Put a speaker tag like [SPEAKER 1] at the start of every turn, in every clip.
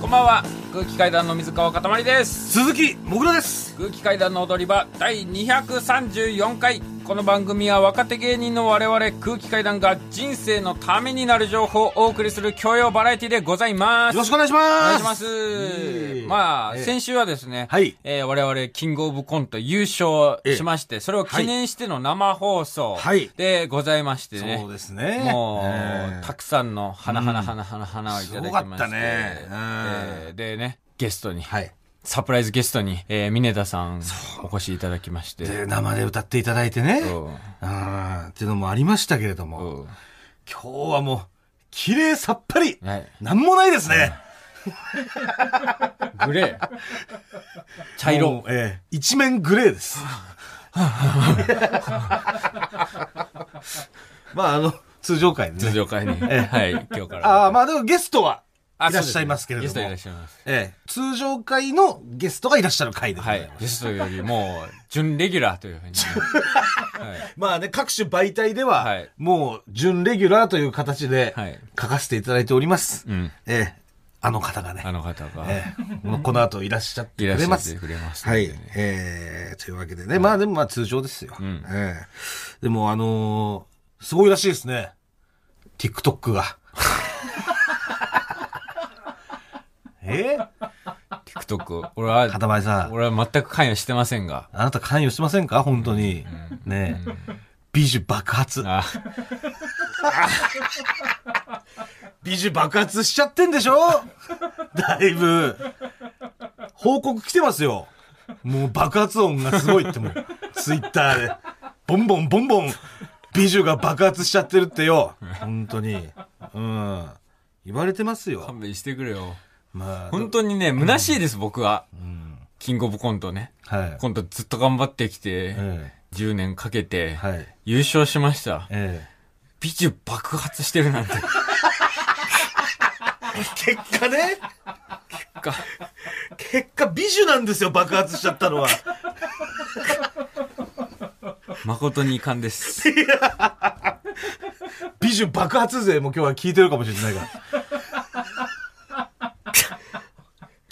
[SPEAKER 1] こんばんは空気階段の水川かたまりです
[SPEAKER 2] 鈴木もぐらです
[SPEAKER 1] 空気階段の踊り場第234回この番組は若手芸人の我々空気階段が人生のためになる情報をお送りする教養バラエティでございます
[SPEAKER 2] よろしくお願いします
[SPEAKER 1] お願いします。
[SPEAKER 2] ええ
[SPEAKER 1] まあ、
[SPEAKER 2] ええ
[SPEAKER 1] 先週はですね、
[SPEAKER 2] はい
[SPEAKER 1] えー我々、キングオブコント優勝しまして、それを記念しての生放送
[SPEAKER 2] はい
[SPEAKER 1] でございましてね。
[SPEAKER 2] そうですね
[SPEAKER 1] もう、
[SPEAKER 2] ええ
[SPEAKER 1] たくさんの花花花花花をいただきまして、
[SPEAKER 2] すごかったねうん
[SPEAKER 1] えーでね、ゲストに、
[SPEAKER 2] はい
[SPEAKER 1] サプライズゲストに、えー、峰田さん、お越しいただきまして。
[SPEAKER 2] で生で歌っていただいてね
[SPEAKER 1] うん
[SPEAKER 2] あーっていうのもありましたけれど
[SPEAKER 1] う
[SPEAKER 2] も
[SPEAKER 1] ん
[SPEAKER 2] 今日はもう綺麗さっぱり
[SPEAKER 1] はい
[SPEAKER 2] なんもないですね
[SPEAKER 1] グレー。 茶色。
[SPEAKER 2] もうええ一面グレーです まああの通常会で
[SPEAKER 1] 通
[SPEAKER 2] ね
[SPEAKER 1] 常会に。はい、今日から。
[SPEAKER 2] ああまあでもゲストは
[SPEAKER 1] あ
[SPEAKER 2] いらっしゃいますけれども
[SPEAKER 1] ゲストいらっしゃいます。
[SPEAKER 2] ええ通常会のゲストがいらっしゃる会でござ
[SPEAKER 1] はい
[SPEAKER 2] ま
[SPEAKER 1] い
[SPEAKER 2] す、
[SPEAKER 1] ゲストよりも、準レギュラーというふうに。はい
[SPEAKER 2] まあね、各種媒体では、
[SPEAKER 1] はい
[SPEAKER 2] もう、準レギュラーという形で
[SPEAKER 1] はい、
[SPEAKER 2] 書かせていただいております。
[SPEAKER 1] うん
[SPEAKER 2] ええ、あの方がね
[SPEAKER 1] あ、の方が、
[SPEAKER 2] ええ、もうこの後いらっしゃって
[SPEAKER 1] いらっ
[SPEAKER 2] く
[SPEAKER 1] し
[SPEAKER 2] れ
[SPEAKER 1] ゃ
[SPEAKER 2] ま
[SPEAKER 1] って
[SPEAKER 2] す。
[SPEAKER 1] くれますの
[SPEAKER 2] はい
[SPEAKER 1] でね。。
[SPEAKER 2] ええというわけでね、まあでもまあ通常ですよ。
[SPEAKER 1] ん
[SPEAKER 2] ええでもあのーすごいらしいですね。TikTok が。ええ
[SPEAKER 1] TikTok、俺は、
[SPEAKER 2] 片前さん、
[SPEAKER 1] 俺は全く関与してませんが。
[SPEAKER 2] あなた関与してませんか本当に。ねえ。美女爆発。
[SPEAKER 1] あ、
[SPEAKER 2] 美女爆発しちゃってんでしょ だいぶ。報告来てますよ。もう爆発音がすごいってもう、ツイッターで。ボンボンボンボン、美女が爆発しちゃってるってよ。本当に。うん。言われてますよ。
[SPEAKER 1] 勘弁してくれよ。
[SPEAKER 2] まあ、
[SPEAKER 1] 本当にね、虚しいです、僕は。キングオブコントね。
[SPEAKER 2] はい。
[SPEAKER 1] コントずっと頑張ってきて、
[SPEAKER 2] え
[SPEAKER 1] 10年かけて
[SPEAKER 2] え、はい。
[SPEAKER 1] 優勝しました。
[SPEAKER 2] え
[SPEAKER 1] 美女爆発してるなん て。
[SPEAKER 2] え、結果ね、
[SPEAKER 1] か
[SPEAKER 2] 結果美女なんですよ、爆発しちゃった のは。
[SPEAKER 1] 誠に遺憾です。
[SPEAKER 2] 美女爆発勢も今日は聞いてるかもしれないから。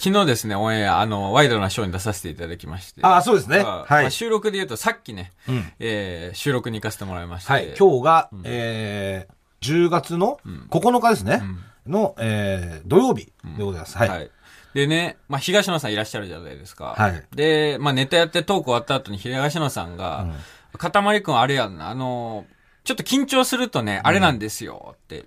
[SPEAKER 1] 昨日ですね、オンエア、あの、ワイドなショーに出させていただきまして。
[SPEAKER 2] ああ、そうですね。
[SPEAKER 1] まあ
[SPEAKER 2] は
[SPEAKER 1] まあ
[SPEAKER 2] い。
[SPEAKER 1] 収録で言うと、さっきね、
[SPEAKER 2] うん
[SPEAKER 1] えー収録に行かせてもらいまして、
[SPEAKER 2] はい、今日が、えー、10月の9日ですね、の、えー、土曜日でございます。はい。
[SPEAKER 1] はいでね、まあ、東野さんいらっしゃるじゃないですか。
[SPEAKER 2] はい
[SPEAKER 1] で、まあ、ネタやってトーク終わった後に東野さんが、かたまりくんあれやんな、あの、ちょっと緊張するとね、あれなんですよって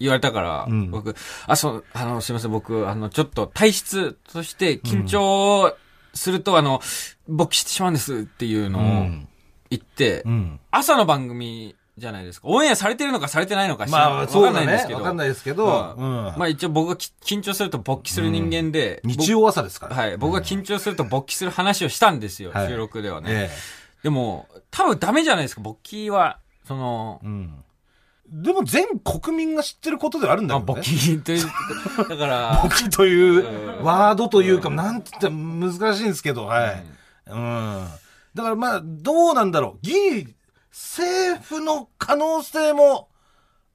[SPEAKER 1] 言われたから、
[SPEAKER 2] ん
[SPEAKER 1] 僕、あ、そう、あの、すいません、僕、あの、ちょっと体質として緊張すると、あの、勃起してしまうんですっていうのを
[SPEAKER 2] うん
[SPEAKER 1] 言って、
[SPEAKER 2] うん。
[SPEAKER 1] 朝の番組じゃないですか。オンエアされてるのかされてないのか知ら
[SPEAKER 2] まあ、
[SPEAKER 1] わ
[SPEAKER 2] そ
[SPEAKER 1] か
[SPEAKER 2] うん
[SPEAKER 1] な
[SPEAKER 2] だ
[SPEAKER 1] いんで
[SPEAKER 2] ね
[SPEAKER 1] す。けど。
[SPEAKER 2] わかんないですけど、
[SPEAKER 1] まあ
[SPEAKER 2] うん。
[SPEAKER 1] まあ一応僕がき緊張すると勃起する人間で、僕
[SPEAKER 2] 日曜朝ですから。
[SPEAKER 1] はい、僕が緊張すると勃起する話をしたんですよ、
[SPEAKER 2] はい
[SPEAKER 1] 収録ではね。
[SPEAKER 2] え
[SPEAKER 1] でも、多分ダメじゃないですか、勃起は。その
[SPEAKER 2] え、うん。でも全国民が知ってることではあるんだ
[SPEAKER 1] まあ、
[SPEAKER 2] けど
[SPEAKER 1] 勃
[SPEAKER 2] ね。
[SPEAKER 1] 起と いう、だから、
[SPEAKER 2] 勃起というワードというか、なんて言ったら難しいんですけど、はい。うん。だからまあ、どうなんだろう。ギリ、セーフの可能性も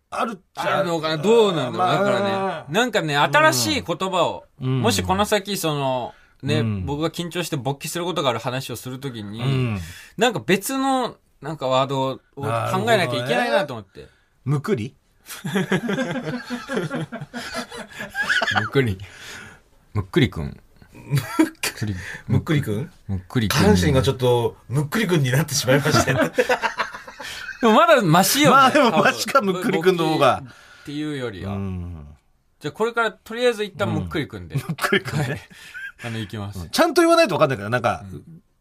[SPEAKER 2] あるっちゃ
[SPEAKER 1] あるのかな、どうなんだろう。だからね、
[SPEAKER 2] ね。
[SPEAKER 1] なんかね、新しい言葉を、
[SPEAKER 2] ん
[SPEAKER 1] もしこの先、その、ね、
[SPEAKER 2] うん
[SPEAKER 1] 僕が緊張して勃起することがある話をするときに、
[SPEAKER 2] うん。
[SPEAKER 1] なんか別の、なんかワードを考えなきゃいけないなと思って。
[SPEAKER 2] むくり
[SPEAKER 1] むっくり。むっくりくん。
[SPEAKER 2] むっくりくん
[SPEAKER 1] むっくりくん。
[SPEAKER 2] 阪神がちょっと、むっくりくんになってしまいましたね。
[SPEAKER 1] でもまだマシよ、ね。
[SPEAKER 2] まあでも
[SPEAKER 1] 多分
[SPEAKER 2] マシかむっくりくんの方が。
[SPEAKER 1] っていうより
[SPEAKER 2] う
[SPEAKER 1] は。
[SPEAKER 2] ん
[SPEAKER 1] じゃあこれからとりあえず一旦むっくりくん で、
[SPEAKER 2] むっくりくんね。
[SPEAKER 1] あの、行きます。
[SPEAKER 2] ちゃんと言わないと分かんないから、なんか、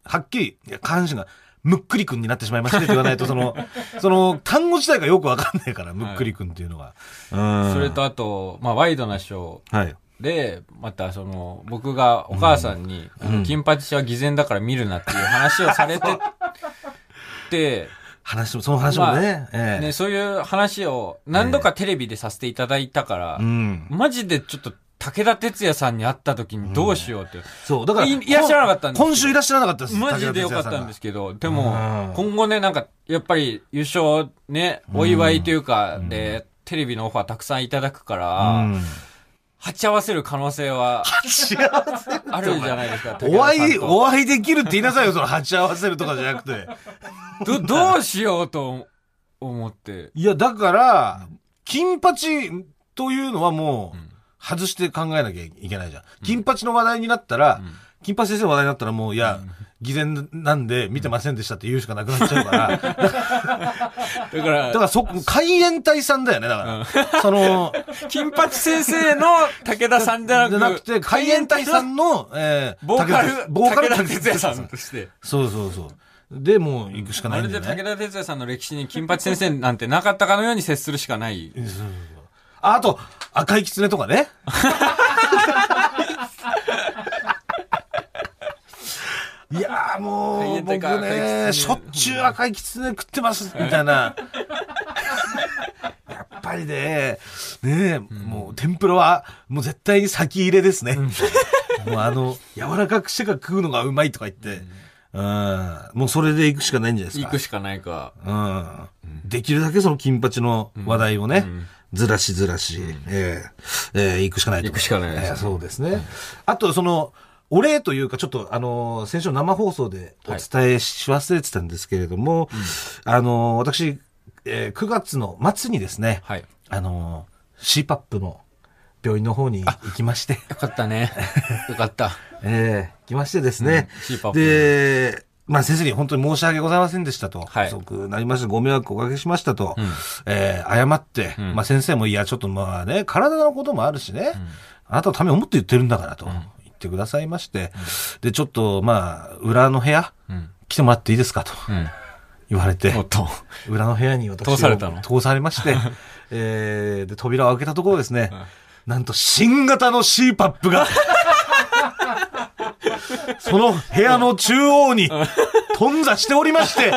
[SPEAKER 2] はっきり、いや、阪神が、むっくりくんになってしまいましたって言わないと、その、その、単語自体がよく分かんないから、むっくりくんっていうのが。うん
[SPEAKER 1] それ、とあと、まあ、ワイドなショ
[SPEAKER 2] はい。
[SPEAKER 1] ーで、またその、僕がお母さんに、金八は偽善だから見るなっていう話をされ てて、
[SPEAKER 2] 話も、その話もね、ええ
[SPEAKER 1] ね、そういう話を何度かテレビでさせていただいたから、
[SPEAKER 2] うん。
[SPEAKER 1] マジでちょっと武田鉄矢さんに会った時にどうしようって。
[SPEAKER 2] そう、だから、
[SPEAKER 1] いいらっしゃらなかったんですけど
[SPEAKER 2] 今週いらっしゃらなかったです。
[SPEAKER 1] マジでよかったんです
[SPEAKER 2] け
[SPEAKER 1] けど、でも
[SPEAKER 2] うん、
[SPEAKER 1] 今後ね、なんか、やっぱり優勝ね、お祝いというか、で、テレビのオファーたくさんいただくから、鉢合わせる可能性は
[SPEAKER 2] 幸せ
[SPEAKER 1] あるじゃないですか。
[SPEAKER 2] お
[SPEAKER 1] 竹
[SPEAKER 2] 会
[SPEAKER 1] 田
[SPEAKER 2] い、
[SPEAKER 1] さんと
[SPEAKER 2] お会いできるって言いなさいよ、その鉢合わせるとかじゃなくて。
[SPEAKER 1] ど、どうしようと思って。
[SPEAKER 2] いや、だから、金八というのはもう、外して考えなきゃいけないじゃん。金八の話題になったら、金八先生の話題になったらもう、いや、偽善なんで見てませんでしたって言うしかなくなっちゃうから、 だ
[SPEAKER 1] だ
[SPEAKER 2] か
[SPEAKER 1] から、
[SPEAKER 2] らそ、海援隊さんだよね、だから。その、
[SPEAKER 1] 金八先生の武田さんじゃ
[SPEAKER 2] じゃ
[SPEAKER 1] な
[SPEAKER 2] な
[SPEAKER 1] く
[SPEAKER 2] くて、海援隊さんの、えー
[SPEAKER 1] ボーカル
[SPEAKER 2] 武田、ボ
[SPEAKER 1] ボ
[SPEAKER 2] ー
[SPEAKER 1] ーカ
[SPEAKER 2] カル
[SPEAKER 1] ル武田哲也さんとして。
[SPEAKER 2] そうそうそう。で、もう行くしか
[SPEAKER 1] ま
[SPEAKER 2] ないん
[SPEAKER 1] る
[SPEAKER 2] だ
[SPEAKER 1] で
[SPEAKER 2] よね
[SPEAKER 1] 武。田哲也さんの歴史に金八先生なんてなかったかのように接するしかない。
[SPEAKER 2] ああと、赤い狐とかね。いやーもう、
[SPEAKER 1] 海援隊
[SPEAKER 2] 僕
[SPEAKER 1] か
[SPEAKER 2] ね、
[SPEAKER 1] 赤い狐
[SPEAKER 2] しょっちゅう赤い狐食ってます、みたいな。やっぱりね、ねえ、もう天ぷらは、もう絶対に先入れですね。もうあの、柔らかくしてから食うのがうまいとか言って、うん、もうそれで行くしかないんじゃないです
[SPEAKER 1] 行
[SPEAKER 2] か。
[SPEAKER 1] くしかないか。
[SPEAKER 2] うんできるだけその金八の話題をね、ずらしずらし、ええええ行くしかないと
[SPEAKER 1] 行くしかないです
[SPEAKER 2] ええそうですね。あと、その、お礼というか、ちょっと、あの、先週の生放送でお伝えし忘れてたんですけれども、あの、私、えー9月の末にですね、
[SPEAKER 1] はい。
[SPEAKER 2] あの、CPAP の病院の方に行きまして、
[SPEAKER 1] よかった ね。よかった。
[SPEAKER 2] ええ来ましてですね
[SPEAKER 1] うん。CPAP
[SPEAKER 2] で、まあ先生に本当に申し訳ございませんでしたと。
[SPEAKER 1] はい
[SPEAKER 2] 遅くなりました。ご迷惑おかけしましたと。ええ謝って、まあ先生も、いや、ちょっとまあね、体のこともあるしね、あなたのために思って言ってるんだからと、言ってくださいまして、で、ちょっとまあ、裏の部屋、
[SPEAKER 1] うん。
[SPEAKER 2] 来てもらっていいですかと
[SPEAKER 1] うん。
[SPEAKER 2] 言われて、
[SPEAKER 1] おっと。
[SPEAKER 2] 裏の部屋に私を
[SPEAKER 1] 通されたの
[SPEAKER 2] 通されま して、えーで、扉を開けたところですね、なんと新型の CPAP が、その部屋の中央に、頓挫しておりまして、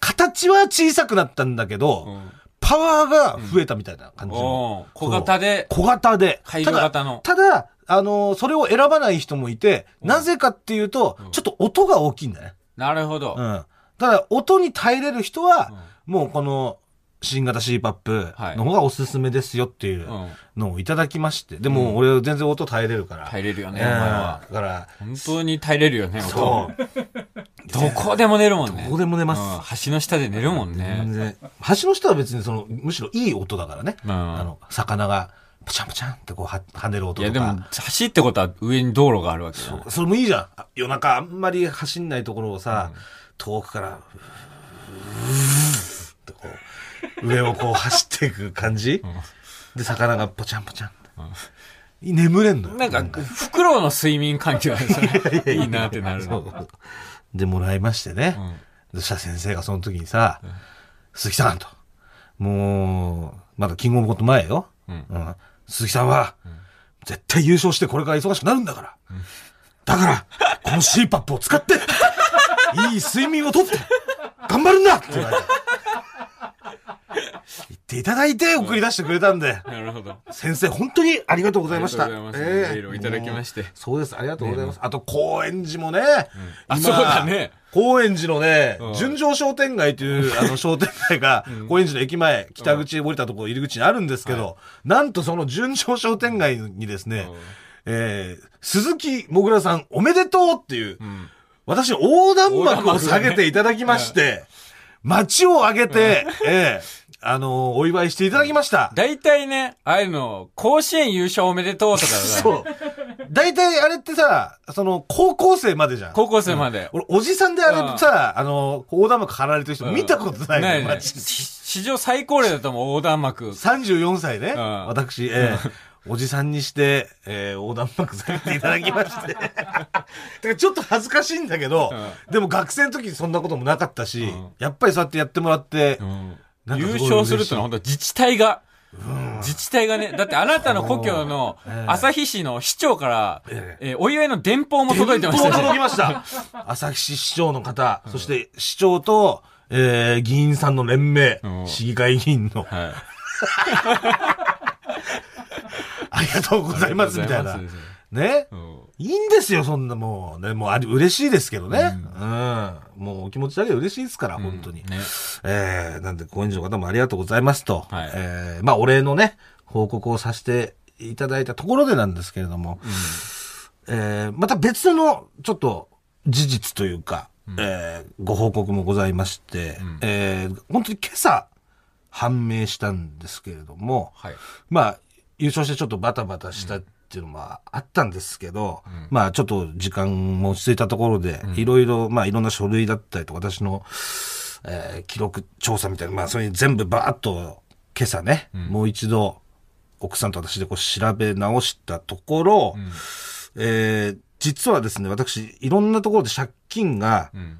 [SPEAKER 2] 形は小さくなったんだけど、
[SPEAKER 1] ん
[SPEAKER 2] パワーが増えたみたいな感じ
[SPEAKER 1] お
[SPEAKER 2] の
[SPEAKER 1] ー。小型で
[SPEAKER 2] そう小型で。
[SPEAKER 1] 改良型の
[SPEAKER 2] ただ、ただあのーそれを選ばない人もいて、なぜかっていうと、ちょっと音が大きいんだね。
[SPEAKER 1] なるほど。
[SPEAKER 2] うん。ただ、音に耐えれる人は、もうこの、新型 CPAP の方がおすすめですよっていう
[SPEAKER 1] はい
[SPEAKER 2] のをいただきまして。でも、俺は全然音耐えれるから。
[SPEAKER 1] 耐えれるよね、
[SPEAKER 2] うん
[SPEAKER 1] お前は。
[SPEAKER 2] だから、
[SPEAKER 1] 本当に耐えれるよね、音。
[SPEAKER 2] そう。
[SPEAKER 1] どこでも寝るもんね。
[SPEAKER 2] どこでも寝ます
[SPEAKER 1] す。橋の下で寝るもん
[SPEAKER 2] 全
[SPEAKER 1] ね。
[SPEAKER 2] 然。橋の人は別にその、むしろいい音だからね。
[SPEAKER 1] うん
[SPEAKER 2] あの、魚が、パチャンパチャンってこうは、跳ねる音と
[SPEAKER 1] い
[SPEAKER 2] か。
[SPEAKER 1] や、でも、橋ってことは上に道路があるわけだよ。
[SPEAKER 2] それもいいじゃん。あ夜中あんまり走んないところをさ、遠くから、ふーってこう、上をこう走っていく感じ。で、魚がぽちゃんぽちゃん。眠れんのよ。
[SPEAKER 1] なんか、フクロウの睡眠環境はそれ いいなってなる
[SPEAKER 2] そ
[SPEAKER 1] の。
[SPEAKER 2] うで、もらいましてね。そしたら先生がその時にさ、鈴木さんと、もう、まだキングオブコント前よ。
[SPEAKER 1] うん
[SPEAKER 2] うん鈴木さんは、絶対優勝してこれから忙しくなるんだから。だから、この CPAP を 使って、いい睡眠をとって、頑張るんだって言われて。言っていただいて送り出してくれたんで、
[SPEAKER 1] なるほど。
[SPEAKER 2] 先生本当にありがとうございました。
[SPEAKER 1] ありがとうございますメールをいただきまして
[SPEAKER 2] もうそうです、ありがとうございます。あと、高円寺もね、
[SPEAKER 1] あ
[SPEAKER 2] 今
[SPEAKER 1] そうだね。
[SPEAKER 2] 高円寺のね
[SPEAKER 1] うん、
[SPEAKER 2] 純情商店街という、あの、商店 街が、高円寺の駅前、北口へ降りたところ、入り口にあるんですけど、なんとその純情商店街にですね、えー、鈴木もぐらさんおめでとうっていう、私、横断幕を下げていただきま して、街を挙げて、えー、あのーお祝いしていただきました。
[SPEAKER 1] 大体ね、ああいうの、甲子園優勝おめでとうとかだね
[SPEAKER 2] そう。大体あれってさ、その、高校生までじゃん。
[SPEAKER 1] 高校生まで。
[SPEAKER 2] 俺、おじさんであれさ、あの、横断幕張られてる人
[SPEAKER 1] うん
[SPEAKER 2] 見たことない
[SPEAKER 1] な
[SPEAKER 2] の
[SPEAKER 1] い
[SPEAKER 2] よ、
[SPEAKER 1] ね。
[SPEAKER 2] マ
[SPEAKER 1] し
[SPEAKER 2] ジで
[SPEAKER 1] 史上最高齢だと思う、横断幕。
[SPEAKER 2] 34歳ね、
[SPEAKER 1] ん
[SPEAKER 2] 私、 えーおじさんにして、えー横断幕されていただき まして。だからちょっと恥ずかしいんだけど、でも学生の時そんなこともなかったし、
[SPEAKER 1] ん
[SPEAKER 2] やっぱりそうやってやってもらって、なんか
[SPEAKER 1] 優
[SPEAKER 2] ごい
[SPEAKER 1] 勝するってのは
[SPEAKER 2] 嬉しい
[SPEAKER 1] 本当自治体が、自治体がね、だってあなたの故郷の
[SPEAKER 2] ええ
[SPEAKER 1] 旭市の市長から、
[SPEAKER 2] え
[SPEAKER 1] えーお祝いの電報も届いてました
[SPEAKER 2] 電報届
[SPEAKER 1] し、
[SPEAKER 2] きました。 朝日市市長の方、そして市長と、えー議員さんの連盟、
[SPEAKER 1] うん
[SPEAKER 2] 市議会議員の、
[SPEAKER 1] はい
[SPEAKER 2] ありがとうございますみたい
[SPEAKER 1] あ
[SPEAKER 2] な
[SPEAKER 1] りがとうございます。
[SPEAKER 2] ね。
[SPEAKER 1] うん
[SPEAKER 2] いいんですよ、そんなもう。ね、もうあり、嬉しいですけどね。うん。もうお気持ちだけは嬉しいですから、本当に。
[SPEAKER 1] ね
[SPEAKER 2] えー、なんで、高円寺の方もありがとうございますと。
[SPEAKER 1] はい
[SPEAKER 2] えー、まあ、お礼のね、報告をさせていただいたところでなんですけれども、えーまた別のちょっと事実というか、えーご報告もございまして、えー本当に今朝判明したんですけれども、
[SPEAKER 1] はい。
[SPEAKER 2] まあ、優勝してちょっとバタバタしたっていうのもあったんですけど、まあ、ちょっと時間も落ち着いたところで、いろいろ、まあ、いろんな書類だったりとか、私の、えー記録調査みたいな、まあ、それに全部バーッと、今朝ね、もう一度、奥さんと私でこう調べ直したところ、えー実はですね、私、いろんなところで借金が
[SPEAKER 1] うん。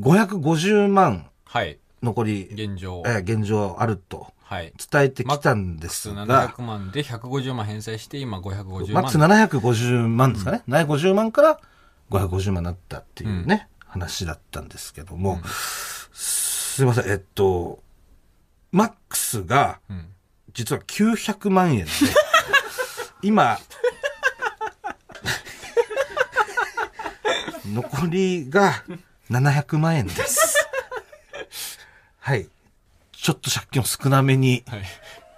[SPEAKER 2] 550万
[SPEAKER 1] はい。
[SPEAKER 2] 残り、
[SPEAKER 1] 現状。
[SPEAKER 2] えー現状あると
[SPEAKER 1] はい。
[SPEAKER 2] 伝えてきたんですが、
[SPEAKER 1] 700万で150万返済して、今550
[SPEAKER 2] マッ
[SPEAKER 1] 万。
[SPEAKER 2] クス750万ですかね、750万から550万になったっていうね、話だったんですけども、すいません、えっと、マックスが
[SPEAKER 1] うん。
[SPEAKER 2] 実は900万円で、今、残りが700万円です。はい。ちょっと借金を少なめに
[SPEAKER 1] はい。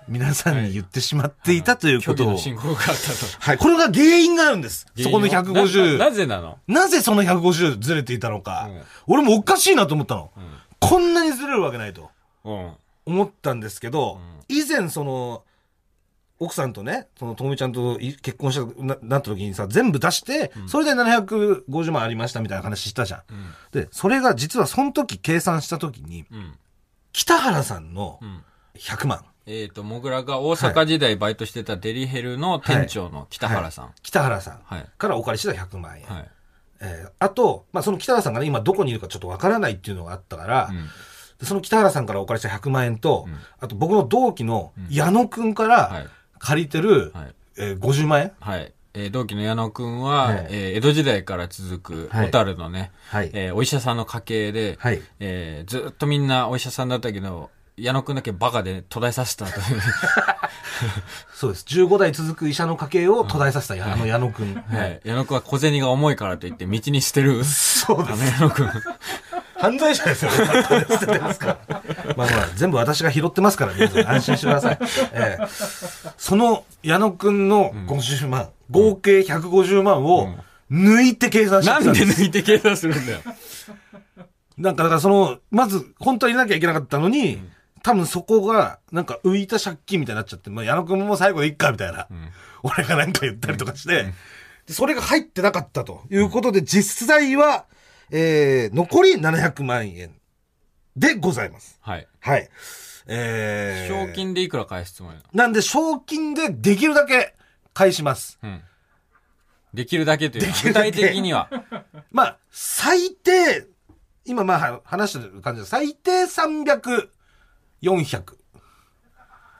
[SPEAKER 2] 皆さんに言ってしまっていたというこ
[SPEAKER 1] 虚偽
[SPEAKER 2] とを。
[SPEAKER 1] の進行があったと。
[SPEAKER 2] はい、これが原因があるんです。そこの
[SPEAKER 1] な
[SPEAKER 2] 150。
[SPEAKER 1] なぜなの
[SPEAKER 2] なぜその150ずれていたのか。
[SPEAKER 1] うん
[SPEAKER 2] 俺もおかしいなと思ったの。こんなにずれるわけないと
[SPEAKER 1] うん。
[SPEAKER 2] 思ったんですけど、以前その、奥さんとね、その、ともみちゃんとい結婚したな、なった時にさ、全部出して、それで750万ありましたみたいな話したじゃん。
[SPEAKER 1] うん。
[SPEAKER 2] で、それが実はその時計算した時に、
[SPEAKER 1] うん。
[SPEAKER 2] 北原さんの
[SPEAKER 1] うん。
[SPEAKER 2] 100万。
[SPEAKER 1] えっ、と、もぐらが大阪時代バイトしてたデリヘルの店長の北原さん。
[SPEAKER 2] はい北原さん
[SPEAKER 1] はい
[SPEAKER 2] からお借りした100万円。
[SPEAKER 1] はい。
[SPEAKER 2] えーあと、まあ、その北原さんがね、今どこにいるかちょっとわからないっていうのがあったから、
[SPEAKER 1] うん。
[SPEAKER 2] でその北原さんからお借りした100万円と、
[SPEAKER 1] うん
[SPEAKER 2] あと僕の同期の
[SPEAKER 1] ん
[SPEAKER 2] 矢野くんか
[SPEAKER 1] は
[SPEAKER 2] ら
[SPEAKER 1] い。
[SPEAKER 2] 借りてる、
[SPEAKER 1] はい。
[SPEAKER 2] えー50万円
[SPEAKER 1] はい。えー同期の矢野くんは、
[SPEAKER 2] はい
[SPEAKER 1] えー江戸時代から続く、
[SPEAKER 2] はい
[SPEAKER 1] 小樽のね、
[SPEAKER 2] はい
[SPEAKER 1] えーお医者さんの家系で、
[SPEAKER 2] はい
[SPEAKER 1] えーずっとみんなお医者さんだったけど、矢野くんだけバカで途絶えさせたと いう。
[SPEAKER 2] そうです。15代続く医者の家系を途絶えさせた矢野,、矢野くん。
[SPEAKER 1] は
[SPEAKER 2] はい
[SPEAKER 1] い。矢野くんは小銭が重いからといって道に捨て る。
[SPEAKER 2] そうで
[SPEAKER 1] あ
[SPEAKER 2] す。
[SPEAKER 1] の矢野くん。
[SPEAKER 2] 犯罪者 ですよ。勝手に捨ててますからまあまあ、全部私が拾ってますから、皆さん安心してください。ええその矢野くんの50万、合計150万を抜いて計算して
[SPEAKER 1] な
[SPEAKER 2] た
[SPEAKER 1] ん
[SPEAKER 2] ん
[SPEAKER 1] で
[SPEAKER 2] です。
[SPEAKER 1] 抜いて計算するんだよ。
[SPEAKER 2] なんか、だからその、まず、本当はいなきゃいけなかったのに、多分そこが、なんか浮いた借金みたいになっちゃって、まあ、矢野くんも最後でいっか、みたいな、俺がなんか言ったりとかして、でそれが入ってなかったということで、実際は、えー、残り700万円でございます。
[SPEAKER 1] はい。
[SPEAKER 2] はい。えー、
[SPEAKER 1] 賞。金でいくら返すつもりなの
[SPEAKER 2] なんで、賞金でできるだけ返します。
[SPEAKER 1] うん。できるだけというのは
[SPEAKER 2] でき
[SPEAKER 1] 具
[SPEAKER 2] るだけ
[SPEAKER 1] 体的には。
[SPEAKER 2] まあ、最低、今まあは話してる感じで、最低300、400、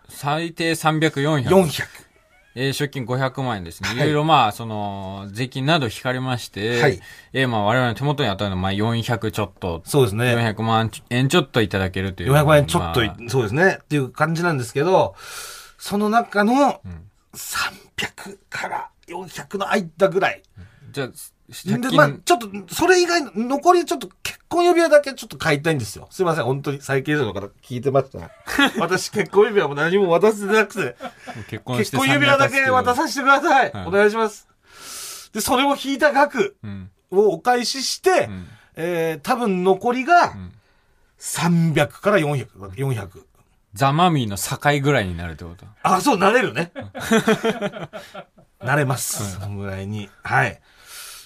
[SPEAKER 1] 最低300、400。
[SPEAKER 2] 400。
[SPEAKER 1] えー、賞金500万円ですね。
[SPEAKER 2] はい
[SPEAKER 1] いろいろまあ、その、税金など引かれまして、
[SPEAKER 2] はい
[SPEAKER 1] えー、まあ、我々の手元に当たるのは、まあ、400ちょっと、
[SPEAKER 2] そうですね。
[SPEAKER 1] 400万円ちょっといただけるという。
[SPEAKER 2] 400万円ちょっとい、
[SPEAKER 1] まあ
[SPEAKER 2] そうですね。っていう感じなんですけど、その中の
[SPEAKER 1] ん
[SPEAKER 2] 300から400の間ぐらい。
[SPEAKER 1] じゃあ、
[SPEAKER 2] で
[SPEAKER 1] 借、金、
[SPEAKER 2] まあ、ちょっと、それ以外の、残りちょっと結婚指輪だけちょっと買いたいんですよ。すいません、本当に債権者の方聞いてました ら。私結婚指輪も何も渡せてなくて、
[SPEAKER 1] 結婚し
[SPEAKER 2] 結
[SPEAKER 1] て
[SPEAKER 2] 婚指輪だ
[SPEAKER 1] 3
[SPEAKER 2] け
[SPEAKER 1] 年
[SPEAKER 2] 渡
[SPEAKER 1] 経つ
[SPEAKER 2] させてください。
[SPEAKER 1] はい
[SPEAKER 2] お願いします。で、それを引いた額
[SPEAKER 1] けどうん。
[SPEAKER 2] をお返しして、
[SPEAKER 1] うん。
[SPEAKER 2] えー、多分残りが
[SPEAKER 1] ん
[SPEAKER 2] 300から400、400。
[SPEAKER 1] ザ・マミーの境ぐらいになるってこと。
[SPEAKER 2] あ、そう、慣れ るね。慣れます。そのぐらいに。はい。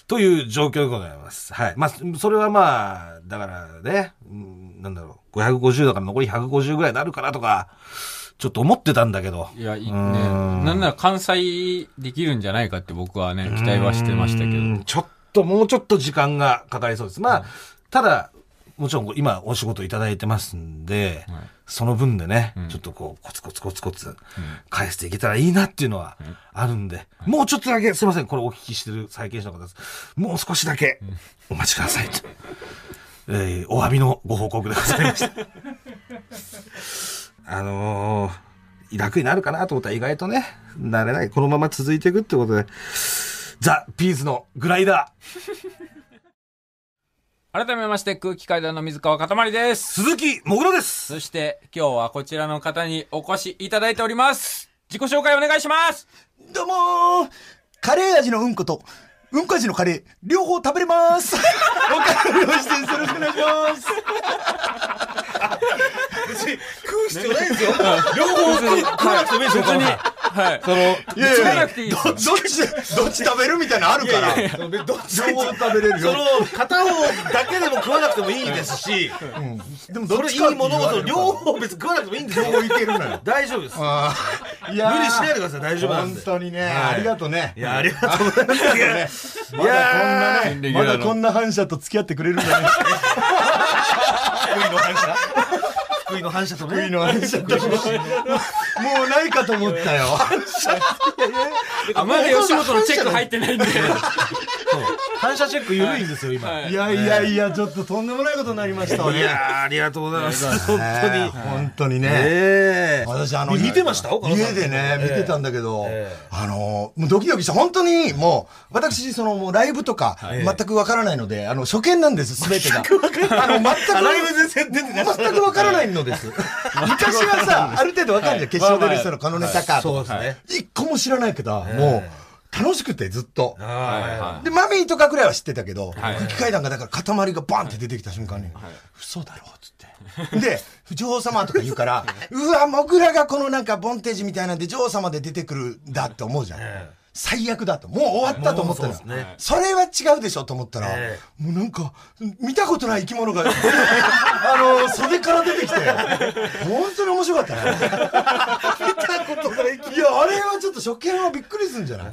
[SPEAKER 2] という状況でございます。はい。まあ、それはまあ、だからね、うんなんだろう、550だから残り150ぐらいになるかなとか、ちょっと思ってたんだけど。
[SPEAKER 1] いや、いいね。
[SPEAKER 2] うーん
[SPEAKER 1] なんなら関西できるんじゃないかって僕はね、期待はしてましたけ
[SPEAKER 2] う
[SPEAKER 1] ど。
[SPEAKER 2] んちょっと、もうちょっと時間がかかりそうです。まあ、ただ、もちろん今お仕事いただいてますんで、
[SPEAKER 1] はい
[SPEAKER 2] その分でね、
[SPEAKER 1] ん
[SPEAKER 2] ちょっとこう、コツコツコツコツ、返していけたらいいなっていうのはあるんで、もうちょっとだけ、すいません、これお聞きしてる債権者の方です。もう少しだけ、お待ちくださいと。えーお詫びのご報告でございました。あのー楽になるかなと思ったら意外とね、なれない。このまま続いていくってことで、ザ・ピーズのグライダー、
[SPEAKER 1] 改めまして、空気階段の水川かたまりです。
[SPEAKER 2] 鈴木もぐろです。
[SPEAKER 1] そして、今日はこちらの方にお越しいただいております。自己紹介お願いします
[SPEAKER 3] どうもーカレー味のうんこと、うんこ味のカレー、両方食べれます。 おかわりをしてよろしくお願いします。
[SPEAKER 2] 別に食う必要ないんですよ。両方食わなくてもいいですよ、別に。
[SPEAKER 1] はい
[SPEAKER 2] その、
[SPEAKER 3] いや
[SPEAKER 1] 食わなくていいです
[SPEAKER 3] どっち、どっちどっち食べるみたいなのあるから。
[SPEAKER 2] どっち
[SPEAKER 3] 両方食べれる
[SPEAKER 2] そ
[SPEAKER 3] よ
[SPEAKER 2] の。、片方だけでも食わなくてもいいですし、
[SPEAKER 3] でも
[SPEAKER 2] それいい物事、
[SPEAKER 3] 両
[SPEAKER 2] 両
[SPEAKER 3] 方
[SPEAKER 2] 方別に食わなくてもいいんです
[SPEAKER 3] 両
[SPEAKER 2] よ。
[SPEAKER 3] 方いけるのよ。
[SPEAKER 2] 大丈夫です。
[SPEAKER 3] あーいやー
[SPEAKER 2] 無理しないでください大丈夫なんで
[SPEAKER 3] 本当にね、
[SPEAKER 2] い
[SPEAKER 3] ありがとうね
[SPEAKER 2] いや、ありがとうございます。い や
[SPEAKER 3] まだこんな
[SPEAKER 1] い
[SPEAKER 3] ね
[SPEAKER 1] やー
[SPEAKER 3] まだこんな反射と付き合ってくれるんじゃない
[SPEAKER 2] 福井の反射。福井の反射とね。
[SPEAKER 3] 福井の反射ともうもうないかと思ったよ
[SPEAKER 1] あまだ吉本のチェック入ってないんで
[SPEAKER 2] そう反射チェック緩いんですよ、今。
[SPEAKER 1] はい
[SPEAKER 3] いやいやいやちょっととんでもないことになりましたわ
[SPEAKER 2] い
[SPEAKER 3] ね
[SPEAKER 2] やーありがとうございます。本当
[SPEAKER 3] ね
[SPEAKER 2] に。
[SPEAKER 3] 本当にね、
[SPEAKER 2] ええ
[SPEAKER 3] 私あの
[SPEAKER 2] 見てました岡野さ
[SPEAKER 3] 家
[SPEAKER 2] ん
[SPEAKER 3] でね見てたんだけど、
[SPEAKER 2] え
[SPEAKER 3] あのもうドキドキして本当にもう私そのもうライブとか
[SPEAKER 2] い
[SPEAKER 3] 全くわからないので、あの初見なんです全てがあの全く
[SPEAKER 2] あライブ全然出てない。
[SPEAKER 3] 全くわからないのです。昔はさ、ある程度わかるじゃん。決勝出る人のこのネタかと
[SPEAKER 2] そう
[SPEAKER 3] か。
[SPEAKER 2] ですね。
[SPEAKER 3] 一個も知らないけど、もう、楽しくてずっと。
[SPEAKER 2] は
[SPEAKER 3] で、マミーとかくらいは知ってたけど、
[SPEAKER 1] い
[SPEAKER 3] 空気階段がだから塊がバンって出てきた瞬間に、嘘だろ、つって。 で、女王様とか言うから、うわ、モグラがこのなんかボンテージみたいなんで女王様で出てくるんだって思うじゃん。最悪だと。もう終わったと思ったの
[SPEAKER 2] もうそうですね
[SPEAKER 3] それは違うでしょと思ったら、
[SPEAKER 2] え
[SPEAKER 3] もうなんか、見たことない生き物が、あの、袖から出てきて、本当に面白かったね。見たことない生き物。いや、あれはちょっと初見はびっくりするんじゃない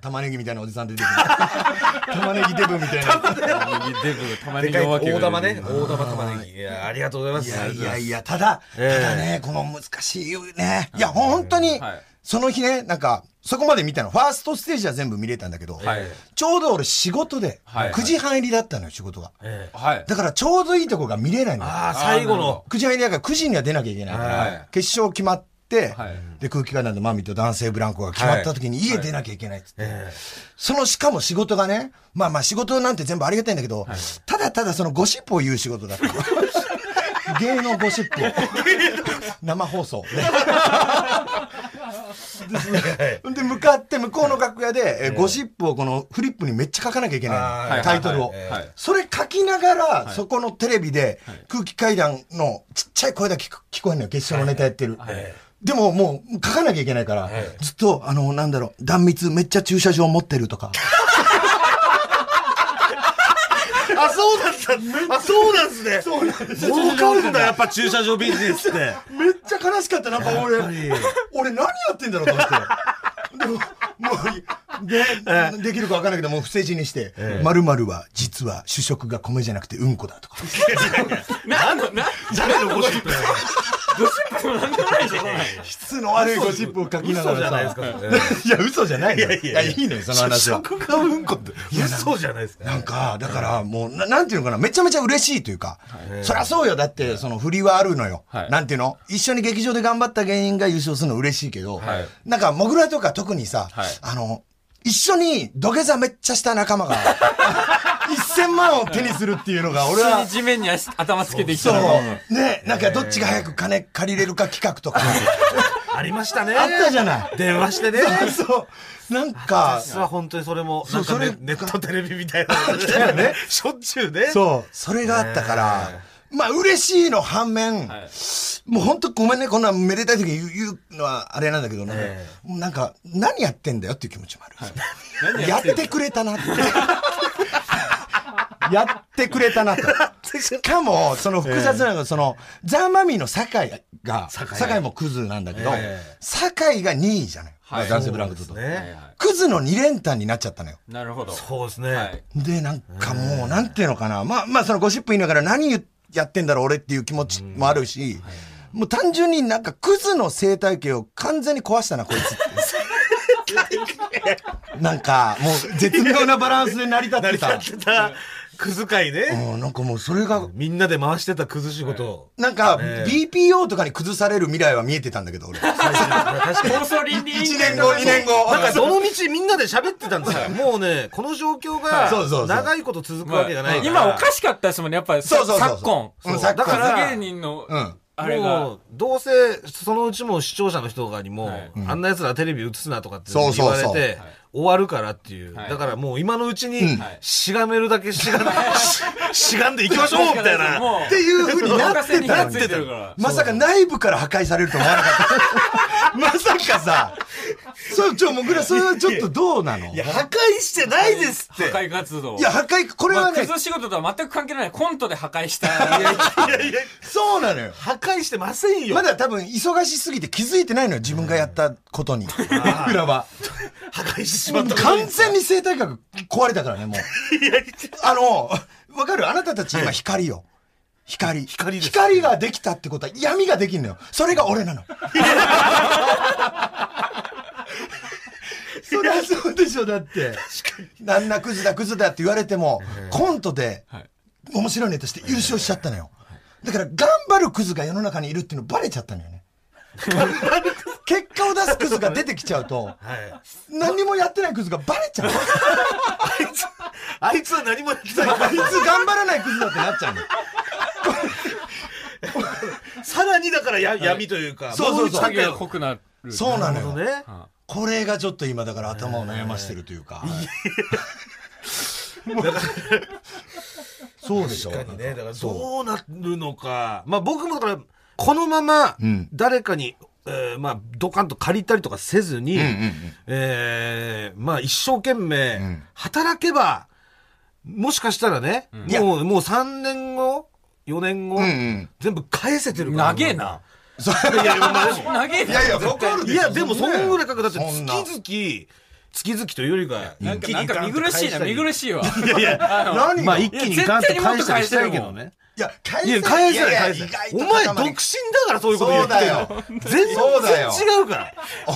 [SPEAKER 3] 玉ねぎみたいなおじさん出てきて。玉ねぎデブみたいな。
[SPEAKER 1] デブたま
[SPEAKER 2] い。で
[SPEAKER 1] に
[SPEAKER 2] かい
[SPEAKER 1] のわけ
[SPEAKER 2] 大
[SPEAKER 1] が
[SPEAKER 2] 玉ね。大玉玉ねぎ。いや、ありがとうございま
[SPEAKER 3] い
[SPEAKER 2] す。
[SPEAKER 3] やい
[SPEAKER 2] あ
[SPEAKER 3] や
[SPEAKER 2] り
[SPEAKER 3] いや、ただ、
[SPEAKER 2] ええ
[SPEAKER 3] ただね、この難しいね。いや、本当に
[SPEAKER 1] はい、
[SPEAKER 3] その日ね、なんか、そこまで見たの。ファーストステージは全部見れたんだけど、
[SPEAKER 1] はい
[SPEAKER 3] ちょうど俺仕事で、
[SPEAKER 1] はい
[SPEAKER 3] 9時半入りだったのよ、仕事
[SPEAKER 2] が
[SPEAKER 3] が。
[SPEAKER 2] とうございます。ええ
[SPEAKER 1] はい
[SPEAKER 3] だからちょうどいいとこが見れないのよ。
[SPEAKER 2] ああ、最後の。
[SPEAKER 3] 9時半入りだから9時には出なきゃいけないから、
[SPEAKER 1] はい
[SPEAKER 3] 決勝決まって、
[SPEAKER 1] はい
[SPEAKER 3] で、空気階段のマミと男性ブランコが決まった時に家出なきゃいけないっつって、そのしかも仕事がね、まあまあ仕事なんて全部ありがたいんだけど、ただただそのゴシップを言う仕事だ った。芸能ゴシップを。生放送。でで向かって向こうの楽屋で、えーゴシップをこのフリップにめっちゃ書かなきゃいけないの
[SPEAKER 1] はい
[SPEAKER 3] タイトルを、
[SPEAKER 1] はいはい
[SPEAKER 3] それ書きながら、そこのテレビで空気階段のちっちゃい声だけ聞こ聞こえるのよ決勝のネタやってる、でももう書かなきゃいけないから、ずっとあのなんだろう断密めっちゃ駐車場持ってるとか
[SPEAKER 2] あ、そうだった。あ、そうなんすね。
[SPEAKER 3] そうなんです
[SPEAKER 2] 儲かるんだ、やっぱ駐車場ビジネスって。
[SPEAKER 3] めっちゃ悲しかった。なんか俺、俺何やってんだろうと思って。でも、もう、で、できるかわかんないけど、もう不正字にして、まるまるは実は主食が米じゃなくてうんこだとか。
[SPEAKER 1] なのな
[SPEAKER 2] 誰のゴシッ プだよ
[SPEAKER 3] 質の悪いゴシップを書きなが
[SPEAKER 2] 嘘じゃないで
[SPEAKER 3] ら
[SPEAKER 2] す
[SPEAKER 3] さ。
[SPEAKER 2] か。
[SPEAKER 3] いや、嘘じゃないの
[SPEAKER 2] い
[SPEAKER 3] よ。
[SPEAKER 2] やい
[SPEAKER 3] い
[SPEAKER 2] や
[SPEAKER 3] や、
[SPEAKER 2] いや
[SPEAKER 3] いいのよ、その話は。
[SPEAKER 2] 食がうんこって。嘘じゃないですか。
[SPEAKER 3] なんか、だから、もうな、なんていうのかな、めちゃめちゃ嬉しいというか、そりゃそうよ、だって、その振りはあるのよ。
[SPEAKER 1] はい
[SPEAKER 3] なんていうの一緒に劇場で頑張った芸人が優勝するの嬉しいけど、
[SPEAKER 1] はい
[SPEAKER 3] なんか、モグラとか特にさ、
[SPEAKER 1] はい
[SPEAKER 3] あの、一緒に土下座めっちゃした仲間が、1000万を手にするっていうのが、俺
[SPEAKER 1] 普通
[SPEAKER 3] は
[SPEAKER 1] に、地面に足頭つけてき
[SPEAKER 3] そ
[SPEAKER 1] た
[SPEAKER 3] う
[SPEAKER 1] のが、
[SPEAKER 3] ね、なんかどっちが早く金借りれるか企画とか、
[SPEAKER 2] ありましたね。
[SPEAKER 3] あったじゃない。
[SPEAKER 2] 電話してね。
[SPEAKER 3] そう、 なんか、
[SPEAKER 2] 実は本当にそれも、なんか
[SPEAKER 3] そ
[SPEAKER 2] ね
[SPEAKER 3] れ
[SPEAKER 2] ネットテレビみたいな。
[SPEAKER 3] よね
[SPEAKER 2] しょっちゅうね。
[SPEAKER 3] そう、それがあったから、まあ嬉しいの反面、
[SPEAKER 1] はい
[SPEAKER 3] もう本当ごめんね、こんなめでたい時に言う言うのはあれなんだけどね、
[SPEAKER 2] え
[SPEAKER 3] なんか、何やってんだよっていう気持ちもある。
[SPEAKER 1] 何
[SPEAKER 3] や
[SPEAKER 1] や
[SPEAKER 3] っ
[SPEAKER 1] ってんの
[SPEAKER 3] てくれたなって。 やってくれたなと。しかも、その複雑なのが、その、ザーマミーの酒井が、
[SPEAKER 2] 酒井
[SPEAKER 3] 酒井もクズなんだけど
[SPEAKER 2] ええ、
[SPEAKER 3] 酒井が2位じゃない。
[SPEAKER 1] はい
[SPEAKER 3] 男性ブランコ
[SPEAKER 2] そ
[SPEAKER 3] と
[SPEAKER 2] う。です
[SPEAKER 1] はい
[SPEAKER 2] ね。
[SPEAKER 1] は
[SPEAKER 3] クズの2連単になっちゃったのよ。
[SPEAKER 1] いなるほど
[SPEAKER 2] そうですね。
[SPEAKER 1] はい
[SPEAKER 3] で、なんかもう、なんていうのかな。まあ、まあ、そのゴシップ言いながら何言っやってんだろう、俺っていう気持ちもあるし、もう単純になんかクズの生態系を完全に壊したな、こいつって。なんか、もう絶妙なバランスで成り立って
[SPEAKER 2] や
[SPEAKER 3] た
[SPEAKER 2] っ。てた、くず会ね。
[SPEAKER 3] うん、なんかもうそれが、
[SPEAKER 2] みんなで回してたくず仕事。
[SPEAKER 3] なんか
[SPEAKER 2] ええ
[SPEAKER 3] BPO とかに崩される未来は見えてたんだけど、俺。1
[SPEAKER 2] 確か
[SPEAKER 1] 放送倫理委員会
[SPEAKER 3] 年後、2年後。
[SPEAKER 2] なんかどの道みんなで喋ってたんですよ。もうね、この状況
[SPEAKER 3] いそうそ
[SPEAKER 2] が
[SPEAKER 3] うそう
[SPEAKER 2] 長いこと続くわけがないから。
[SPEAKER 1] 今おかしかったですもんねやっぱり
[SPEAKER 3] そうそうそうそう。
[SPEAKER 1] 昨今
[SPEAKER 3] うん、昨
[SPEAKER 2] だ
[SPEAKER 3] 今
[SPEAKER 2] から
[SPEAKER 1] 芸人の
[SPEAKER 3] うん。
[SPEAKER 1] あれ
[SPEAKER 2] も
[SPEAKER 1] が
[SPEAKER 2] う、どうせ、そのうちも視聴者の人とかにも、
[SPEAKER 1] はい
[SPEAKER 2] あんな奴らテレビ映すなとかって言
[SPEAKER 3] そうそ
[SPEAKER 2] わ
[SPEAKER 3] う
[SPEAKER 2] れ
[SPEAKER 3] そう
[SPEAKER 2] て、終わるからっていう。
[SPEAKER 1] はい
[SPEAKER 2] だからもう今のうちに、
[SPEAKER 3] うん
[SPEAKER 2] しがめるだけしがんで、ししがんでいきましょうみたいな。
[SPEAKER 1] もう
[SPEAKER 3] っていうふうになっ
[SPEAKER 1] 任せ
[SPEAKER 3] て
[SPEAKER 1] に
[SPEAKER 3] た
[SPEAKER 1] 火
[SPEAKER 3] ん
[SPEAKER 1] つ
[SPEAKER 3] で
[SPEAKER 1] いてるから
[SPEAKER 3] まさか内部から破壊されると思わなかった。まさかさ、そう、ちょ、もぐら、それはちょっとどうなのい
[SPEAKER 2] い
[SPEAKER 3] や、
[SPEAKER 2] や、破壊してないですって。
[SPEAKER 1] 破壊活動
[SPEAKER 3] 破壊、これ
[SPEAKER 1] ま
[SPEAKER 3] は
[SPEAKER 1] あ、ク
[SPEAKER 3] ね、
[SPEAKER 1] ズ仕事とは全く関係ないコントで破壊した
[SPEAKER 3] そうなのよ。
[SPEAKER 2] 破壊してませんよ。
[SPEAKER 3] まだ多分、忙しすぎて気づいてないのよ、自分がやったことに。僕らは。
[SPEAKER 2] 破壊してしまったことに
[SPEAKER 3] 完全に生態学壊れたからね、もう。あの、わかるあなたたち今光よ。光。
[SPEAKER 2] 光です
[SPEAKER 3] 光ができたってことは闇ができんのよ。それが俺なの。そりゃそうでしょ、だって。なんなクズだクズだって言われても、コントで
[SPEAKER 1] はい
[SPEAKER 3] 面白いネタして優勝しちゃったのよ。だから頑張るクズが世の中にいるっていうのバレちゃったのよね。結果を出すクズが出てきちゃうと、
[SPEAKER 2] はい。
[SPEAKER 3] 何にもやってないクズがバレちゃう。
[SPEAKER 2] あいつ、あいつは何もやってない。
[SPEAKER 3] あいつ頑張らないクズだってなっちゃうの。
[SPEAKER 2] さらにだからや、闇というか、
[SPEAKER 3] そうそうそ
[SPEAKER 2] も
[SPEAKER 3] う
[SPEAKER 1] 影
[SPEAKER 2] 一
[SPEAKER 1] が
[SPEAKER 2] 段階
[SPEAKER 1] 濃くなる
[SPEAKER 3] そうなのよ。
[SPEAKER 2] のね。
[SPEAKER 3] これがちょっと今だから頭を悩ましてるというか。そうでしょ。
[SPEAKER 2] 確かにね、だから
[SPEAKER 3] そう。
[SPEAKER 2] どうなるのか。まあ僕もだから、このまま
[SPEAKER 3] ん、
[SPEAKER 2] 誰かに、えーまあ、ドカンと借りたりとかせずに、
[SPEAKER 3] うん
[SPEAKER 2] えーまあ一生懸命
[SPEAKER 3] ん、
[SPEAKER 2] 働けば、もしかしたらね、
[SPEAKER 3] いや
[SPEAKER 2] もう、もう3年後、4年後、
[SPEAKER 3] んうん
[SPEAKER 2] 全部返せてるから。
[SPEAKER 1] 長えな。
[SPEAKER 2] い や、まあでも
[SPEAKER 1] 長えない
[SPEAKER 3] やいや、わかる
[SPEAKER 2] いや、でもそんぐらいかかる。だって、
[SPEAKER 3] そんな
[SPEAKER 2] 月々、月々というよりか、
[SPEAKER 1] なんかなんか見苦しいな見苦
[SPEAKER 2] し
[SPEAKER 1] しいわ
[SPEAKER 2] い。いやいや、
[SPEAKER 1] あの
[SPEAKER 3] 何が
[SPEAKER 2] まあ一気にガンって返したりしたいけどね。
[SPEAKER 3] いや、
[SPEAKER 2] いや、返
[SPEAKER 3] 返せ
[SPEAKER 2] せない、返
[SPEAKER 3] い
[SPEAKER 2] せ
[SPEAKER 3] やいや
[SPEAKER 2] ない
[SPEAKER 3] 意。
[SPEAKER 2] お
[SPEAKER 3] 外と
[SPEAKER 2] 前、
[SPEAKER 3] 頭
[SPEAKER 2] 独
[SPEAKER 3] が
[SPEAKER 2] 身だからそういうこと言ってるの。全然
[SPEAKER 3] そうだよ
[SPEAKER 2] 違うから。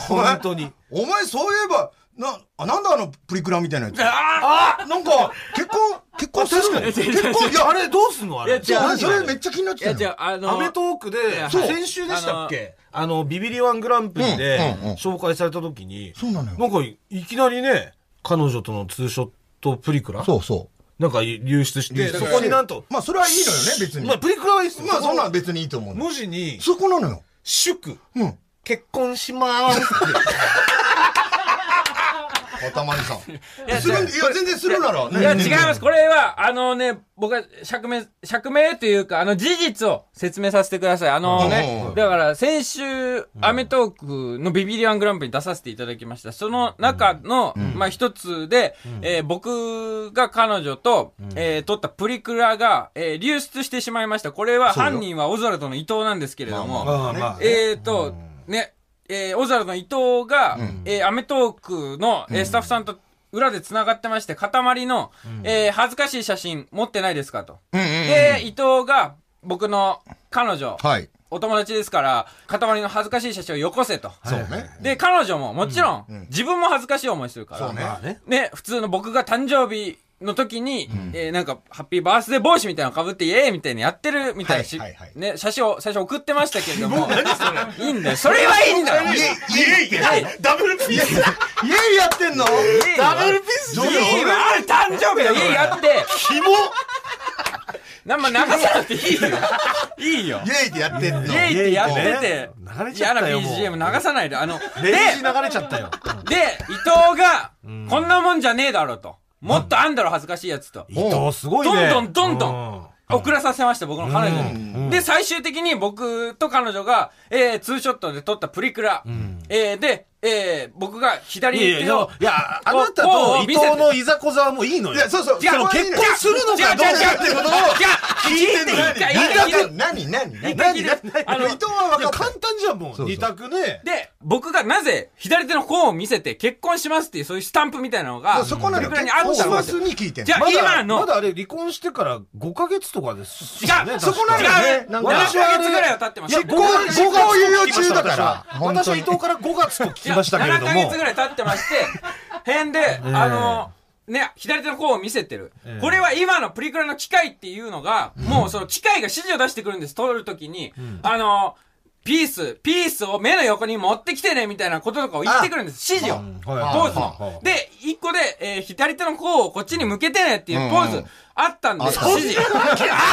[SPEAKER 3] お前
[SPEAKER 2] 本当に。
[SPEAKER 3] お前そういえば、な、あ、なんだあのプリクラみたいなやつ。
[SPEAKER 1] あ
[SPEAKER 3] なんか、結婚、結婚するの
[SPEAKER 1] 確かに
[SPEAKER 3] 結婚、い
[SPEAKER 2] いや、
[SPEAKER 3] や、
[SPEAKER 2] あれどうすんのあれ。
[SPEAKER 1] いや違う
[SPEAKER 3] 俺それめっちゃ気になっ
[SPEAKER 1] ーい
[SPEAKER 3] てた
[SPEAKER 1] や
[SPEAKER 3] の
[SPEAKER 1] じゃああ
[SPEAKER 2] ア
[SPEAKER 1] の
[SPEAKER 2] メトークで
[SPEAKER 1] いや、はい
[SPEAKER 2] 先週でしたっけあの、ビビリワングランプリで
[SPEAKER 3] うんうんうん
[SPEAKER 2] 紹介された時に、
[SPEAKER 3] そうなのよ
[SPEAKER 2] なんか、いきなりね、彼女とのツーショットプリクラ
[SPEAKER 3] そうそ
[SPEAKER 2] なんか流出し
[SPEAKER 3] う。
[SPEAKER 2] て、そこになんと、
[SPEAKER 3] まあそれはいいのよね、別に。
[SPEAKER 2] まあ、プリクラはいいっすよ
[SPEAKER 3] まあそんなん別にいいと思うの。
[SPEAKER 2] 文字に、
[SPEAKER 3] そこなのよ。
[SPEAKER 2] 祝、
[SPEAKER 3] うん。
[SPEAKER 2] 結婚しまーすって。
[SPEAKER 3] 頭にさん。
[SPEAKER 1] いや
[SPEAKER 3] するいや全然するなら。
[SPEAKER 1] い
[SPEAKER 3] ね
[SPEAKER 1] や違います。これは、あのね、僕は釈明、釈明というか、あの事実を説明させてください。あの
[SPEAKER 3] うんうん
[SPEAKER 1] ね
[SPEAKER 3] う、ん
[SPEAKER 1] だから先週、アメトークのビビリアングランプリに出させていただきました。その中の、まあ一つで、えー僕が彼女と、えー撮ったプリクラが、えー流出してしまいました。これは
[SPEAKER 3] そうよ
[SPEAKER 1] 犯人はオズワルドの伊藤なんですけれども、
[SPEAKER 3] まあまあまあ
[SPEAKER 1] えーと、ね、えー、オズワルドの伊藤が、えーアメトークの、えースタッフさんと裏で繋がってまして、塊の、えー恥ずかしい写真持ってないですかと。
[SPEAKER 3] うんうんうん
[SPEAKER 1] で、伊藤が、僕の彼女、
[SPEAKER 3] はい。
[SPEAKER 1] お友達ですから、塊の恥ずかしい写真をよこせと。
[SPEAKER 3] そうね。
[SPEAKER 1] で、彼女ももちろん、自分も恥ずかしい思いするから。
[SPEAKER 3] そうね
[SPEAKER 2] まあね。
[SPEAKER 1] ね、普通の僕が誕生日の時に、えーなんか、ハッピーバースデー帽子みたいなの被って、イエーイみたいにやってるみたいなし、
[SPEAKER 3] はいはいはい
[SPEAKER 1] ね、写真を、最初送ってましたけれども、いいんだよ。それはいいんだよ
[SPEAKER 3] イエイイエイ
[SPEAKER 1] はい
[SPEAKER 2] ダブルピース
[SPEAKER 3] イエイやってんの
[SPEAKER 2] ダブルピース
[SPEAKER 1] いいよあれ誕生日の家やって、
[SPEAKER 2] キモ
[SPEAKER 1] なま流さなくていいよ。いいよ
[SPEAKER 3] イ。エイってやってんの。
[SPEAKER 1] イエイってやってて
[SPEAKER 2] ね、流れち
[SPEAKER 1] 嫌
[SPEAKER 2] ゃっ
[SPEAKER 1] な
[SPEAKER 2] たよもう
[SPEAKER 1] BGM 流さないで、あの、で、
[SPEAKER 2] レイジ流れちゃったよ。
[SPEAKER 1] で、伊藤が、こんなもんじゃねえだろと。もっとあんだろ、恥ずかしいやつと。
[SPEAKER 2] 伊藤すごい
[SPEAKER 1] ど
[SPEAKER 2] ね。
[SPEAKER 1] んどんどんど。
[SPEAKER 2] うん
[SPEAKER 1] 遅らさせました、僕の彼女に。で、最終的に僕と彼女が、えー、ツーショットで撮ったプリクラ。えー、で、えー、僕が左
[SPEAKER 2] いやいやい
[SPEAKER 1] 手
[SPEAKER 2] や
[SPEAKER 1] を、
[SPEAKER 2] いや、あなたと伊藤のいざこざはもういいのよ。
[SPEAKER 3] いや、そうそう。
[SPEAKER 2] その
[SPEAKER 3] そこはいい
[SPEAKER 2] 結
[SPEAKER 3] の
[SPEAKER 2] 婚するの
[SPEAKER 1] 違う違
[SPEAKER 2] かどうかっていうことを。
[SPEAKER 1] う違う違う違う一回一回一
[SPEAKER 3] いや
[SPEAKER 1] 回
[SPEAKER 3] 何何何
[SPEAKER 1] 回聞
[SPEAKER 3] 何
[SPEAKER 1] いて
[SPEAKER 3] 何
[SPEAKER 1] あの
[SPEAKER 3] 伊藤は分
[SPEAKER 2] いや
[SPEAKER 3] かった
[SPEAKER 2] 簡。単じゃんもう。
[SPEAKER 3] うそう
[SPEAKER 2] 二択ね。
[SPEAKER 1] で、僕がなぜ左手の方を見せて結婚しますっていうそういうスタンプみたいなのが、
[SPEAKER 3] そうそこな
[SPEAKER 1] プリ
[SPEAKER 3] のよ。
[SPEAKER 1] クラに
[SPEAKER 3] 結
[SPEAKER 1] あ
[SPEAKER 3] 婚
[SPEAKER 1] った
[SPEAKER 3] し
[SPEAKER 1] の
[SPEAKER 3] ま
[SPEAKER 1] です
[SPEAKER 3] に聞いてん
[SPEAKER 1] じ
[SPEAKER 3] の
[SPEAKER 1] ゃあ今の
[SPEAKER 2] まだあれ離婚してから5ヶ月とかです。
[SPEAKER 1] 違う
[SPEAKER 3] そこなの
[SPEAKER 1] 違
[SPEAKER 3] よね
[SPEAKER 1] う !7
[SPEAKER 3] なん
[SPEAKER 1] ヶ
[SPEAKER 3] か
[SPEAKER 1] 月ぐらいは経ってま
[SPEAKER 2] い
[SPEAKER 1] す
[SPEAKER 2] や、
[SPEAKER 1] い
[SPEAKER 2] 5
[SPEAKER 1] や
[SPEAKER 2] ヶ月
[SPEAKER 3] ごご猶予中だから本
[SPEAKER 2] 私
[SPEAKER 3] 当
[SPEAKER 2] は
[SPEAKER 3] に
[SPEAKER 2] 伊藤から5月と聞きましたけれども。
[SPEAKER 1] 7ヶ月ぐらい経ってま して、変で、あの、ね、左手の方を見せてる、
[SPEAKER 2] ええ
[SPEAKER 1] これは今のプリクラの機械っていうのが、もうその機械が指示を出してくるんです、撮るときに、あの、ピース、ピースを目の横に持ってきてね、みたいなこととかを言ってくるんです、指示を。
[SPEAKER 2] うん
[SPEAKER 1] ポーズ
[SPEAKER 3] は
[SPEAKER 1] の。で、一個で、えー左手の甲をこっちに向けてねっていうポーズ、
[SPEAKER 3] うんうん
[SPEAKER 1] あったんで、
[SPEAKER 3] あ
[SPEAKER 1] 指
[SPEAKER 3] った
[SPEAKER 1] 示。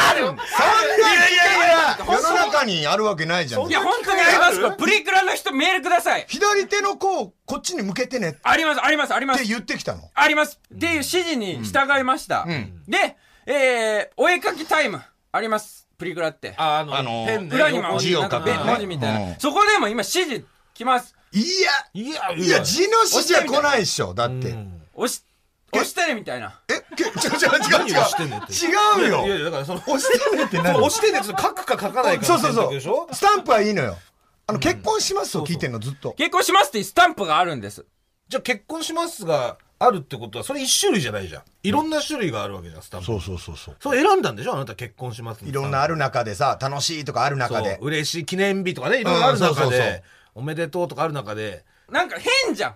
[SPEAKER 3] いやいやいや世の中にあるわけないじゃん
[SPEAKER 1] いや、本当にありますこれプリクラの人メールください。
[SPEAKER 3] 左手の甲をこっちに向けてねっ
[SPEAKER 1] あります、あります、ありま
[SPEAKER 3] て
[SPEAKER 1] す。
[SPEAKER 3] 言ってきたの
[SPEAKER 1] あります。っていう指示に従いました。
[SPEAKER 3] うん
[SPEAKER 1] で、えー、お絵描きタイム、あります。プリクラって。
[SPEAKER 2] ああの、
[SPEAKER 3] あの
[SPEAKER 2] ペンね
[SPEAKER 1] 裏にも
[SPEAKER 2] 横
[SPEAKER 3] 字を
[SPEAKER 1] な
[SPEAKER 3] 書
[SPEAKER 1] ん
[SPEAKER 3] く
[SPEAKER 1] かべ
[SPEAKER 3] ね
[SPEAKER 1] 文字みたいな、
[SPEAKER 3] うん
[SPEAKER 1] そこでも今指示来ます。
[SPEAKER 3] い
[SPEAKER 2] いや、
[SPEAKER 3] やいや字の指示は来ないっしょだって
[SPEAKER 2] うん
[SPEAKER 1] 押し、押してるみたいな。
[SPEAKER 3] えけ違う違う
[SPEAKER 2] 何をしてんねんって
[SPEAKER 3] 違う違う
[SPEAKER 2] いやい
[SPEAKER 3] よ
[SPEAKER 2] や、だからその、
[SPEAKER 3] 押してねって何
[SPEAKER 2] 押してんねんって書くか書かないか
[SPEAKER 3] そう
[SPEAKER 2] の
[SPEAKER 3] そ
[SPEAKER 2] 選
[SPEAKER 3] うそ
[SPEAKER 2] 択でしょ
[SPEAKER 3] うスタンプはいいのよあの結婚しますを聞いてんのずっと
[SPEAKER 1] 結婚しますっていうスタンプがあるんです。
[SPEAKER 2] じゃあ結婚しますがあるってことは、それ一種類じゃないじゃん。いろんな種類があるわけじゃん、スタンプ。
[SPEAKER 3] そうそうそうそう
[SPEAKER 2] それ選んだんでしょあなた結婚します
[SPEAKER 3] いろんなある中でさ楽しいとかある
[SPEAKER 2] そ
[SPEAKER 3] 中
[SPEAKER 2] う
[SPEAKER 3] で
[SPEAKER 2] 嬉しい記念日とかね、いろいろある
[SPEAKER 3] うんそ
[SPEAKER 2] 中
[SPEAKER 3] うそうそう
[SPEAKER 2] で、おめでとうとかある中で、
[SPEAKER 1] なんか変じゃん。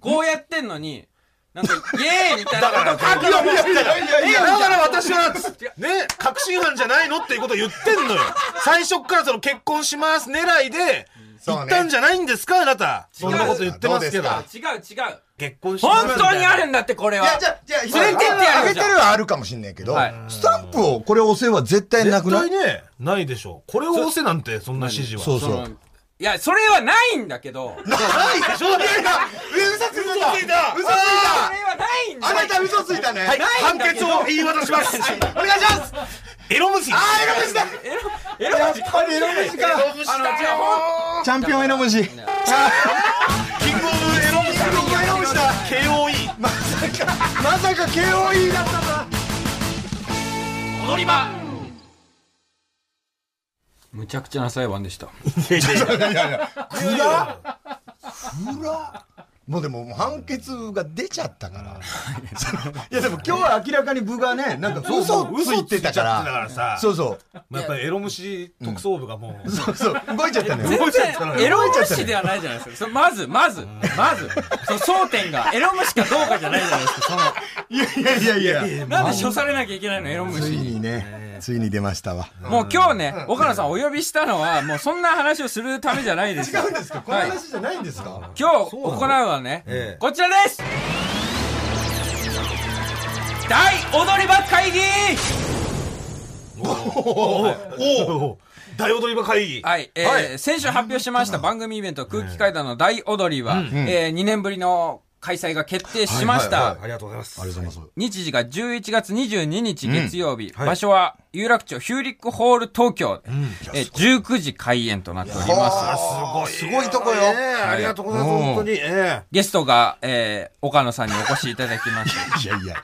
[SPEAKER 1] こうやってんのに、なんか、イエーイみたいなこと書く
[SPEAKER 3] い
[SPEAKER 1] のも
[SPEAKER 3] やいやいやい
[SPEAKER 2] いや
[SPEAKER 3] や
[SPEAKER 2] だから私はつね確信犯じゃないのっていうことを言ってんのよ最初っからその結婚します狙いで
[SPEAKER 3] そうね
[SPEAKER 2] 行ったんじゃないんですかあなた
[SPEAKER 1] 違
[SPEAKER 2] そ
[SPEAKER 1] うん
[SPEAKER 2] なこと言ってますけど
[SPEAKER 3] どうですか
[SPEAKER 1] 違う違う。
[SPEAKER 2] 結婚します
[SPEAKER 1] 本当にあるんだって、これ
[SPEAKER 3] い
[SPEAKER 1] は
[SPEAKER 3] や、。じゃあ、じゃあ、
[SPEAKER 1] 連れてってや
[SPEAKER 3] あ
[SPEAKER 1] る
[SPEAKER 3] げ
[SPEAKER 1] じ
[SPEAKER 3] て
[SPEAKER 1] ゃん
[SPEAKER 3] るはあるかもしんないけど
[SPEAKER 1] はい、
[SPEAKER 3] スタンプをこれ押せは絶対なく
[SPEAKER 2] 絶対
[SPEAKER 3] ない
[SPEAKER 2] ねないでしょうこれを押せなんてそんな指示は
[SPEAKER 3] そう
[SPEAKER 1] そ
[SPEAKER 3] そ
[SPEAKER 1] の
[SPEAKER 3] う。
[SPEAKER 1] いや、それはないんだけど。それ
[SPEAKER 3] ないでしょいやいや、嘘ついた嘘ついた
[SPEAKER 1] はないんだ
[SPEAKER 3] あなた嘘ついたね
[SPEAKER 2] はい
[SPEAKER 1] ないん
[SPEAKER 2] 判
[SPEAKER 1] だけ
[SPEAKER 2] 決
[SPEAKER 1] ど
[SPEAKER 2] を言い渡します
[SPEAKER 3] お願いします
[SPEAKER 2] エロムシ
[SPEAKER 3] あー、エロムシだ
[SPEAKER 1] エロ、エロ
[SPEAKER 3] やっぱりエロム
[SPEAKER 2] ム
[SPEAKER 3] シか
[SPEAKER 2] シ
[SPEAKER 1] あの、じゃあほん
[SPEAKER 3] チャンピオンエロムシキングオブエロムシキングオブエロムシだ
[SPEAKER 2] KOE
[SPEAKER 3] まさか、まさか KOE だったとは
[SPEAKER 1] 踊り場むちゃくちゃな裁判でした
[SPEAKER 3] ぐらぐらもうでももう判決が出ちゃった からそのいやでも今日は明らかに部がねなんか嘘を嘘っ
[SPEAKER 2] 嘘つ
[SPEAKER 3] てたか
[SPEAKER 2] いちゃってたかららさ
[SPEAKER 3] そうそう
[SPEAKER 2] まあやっぱりエロムシ特捜部がもう
[SPEAKER 3] そうそう動いちゃったの
[SPEAKER 1] 全
[SPEAKER 3] よ
[SPEAKER 2] 動いちゃったな
[SPEAKER 1] 然エロ虫ではないじゃないですかそまずまずまずその争点がエロ虫かどうかじゃないじゃないですか
[SPEAKER 3] いやいやいやいや
[SPEAKER 1] そのなんで処されなきゃいけないのエロ
[SPEAKER 3] つい
[SPEAKER 1] 虫
[SPEAKER 3] にねついに出ましたわ
[SPEAKER 1] もう今日ね岡野さんお呼びしたのはもうそんな話をするためじゃないですよ
[SPEAKER 3] ですか
[SPEAKER 1] この話
[SPEAKER 3] じゃないんですか
[SPEAKER 1] 今日行うのはね、
[SPEAKER 2] ええ
[SPEAKER 1] こちらです大踊り場会議
[SPEAKER 2] おお大踊り場会議
[SPEAKER 1] はい、えー先週発表しました番組イベント空気階段の大踊りは、えー2年ぶりの開催が決定しました。
[SPEAKER 3] はいはい
[SPEAKER 2] ありがとうございます
[SPEAKER 3] ありがとうございます
[SPEAKER 1] 日時が11月22日月曜日、場所は有楽町ヒューリックホール東京、えー19時開演となっております。
[SPEAKER 2] あすごい。
[SPEAKER 3] すごいとこよ
[SPEAKER 2] ええありがとうございます。
[SPEAKER 3] うん
[SPEAKER 2] 本当に。ええ
[SPEAKER 1] ゲストが、えー岡野さんにお越しいただきました。
[SPEAKER 3] いやいや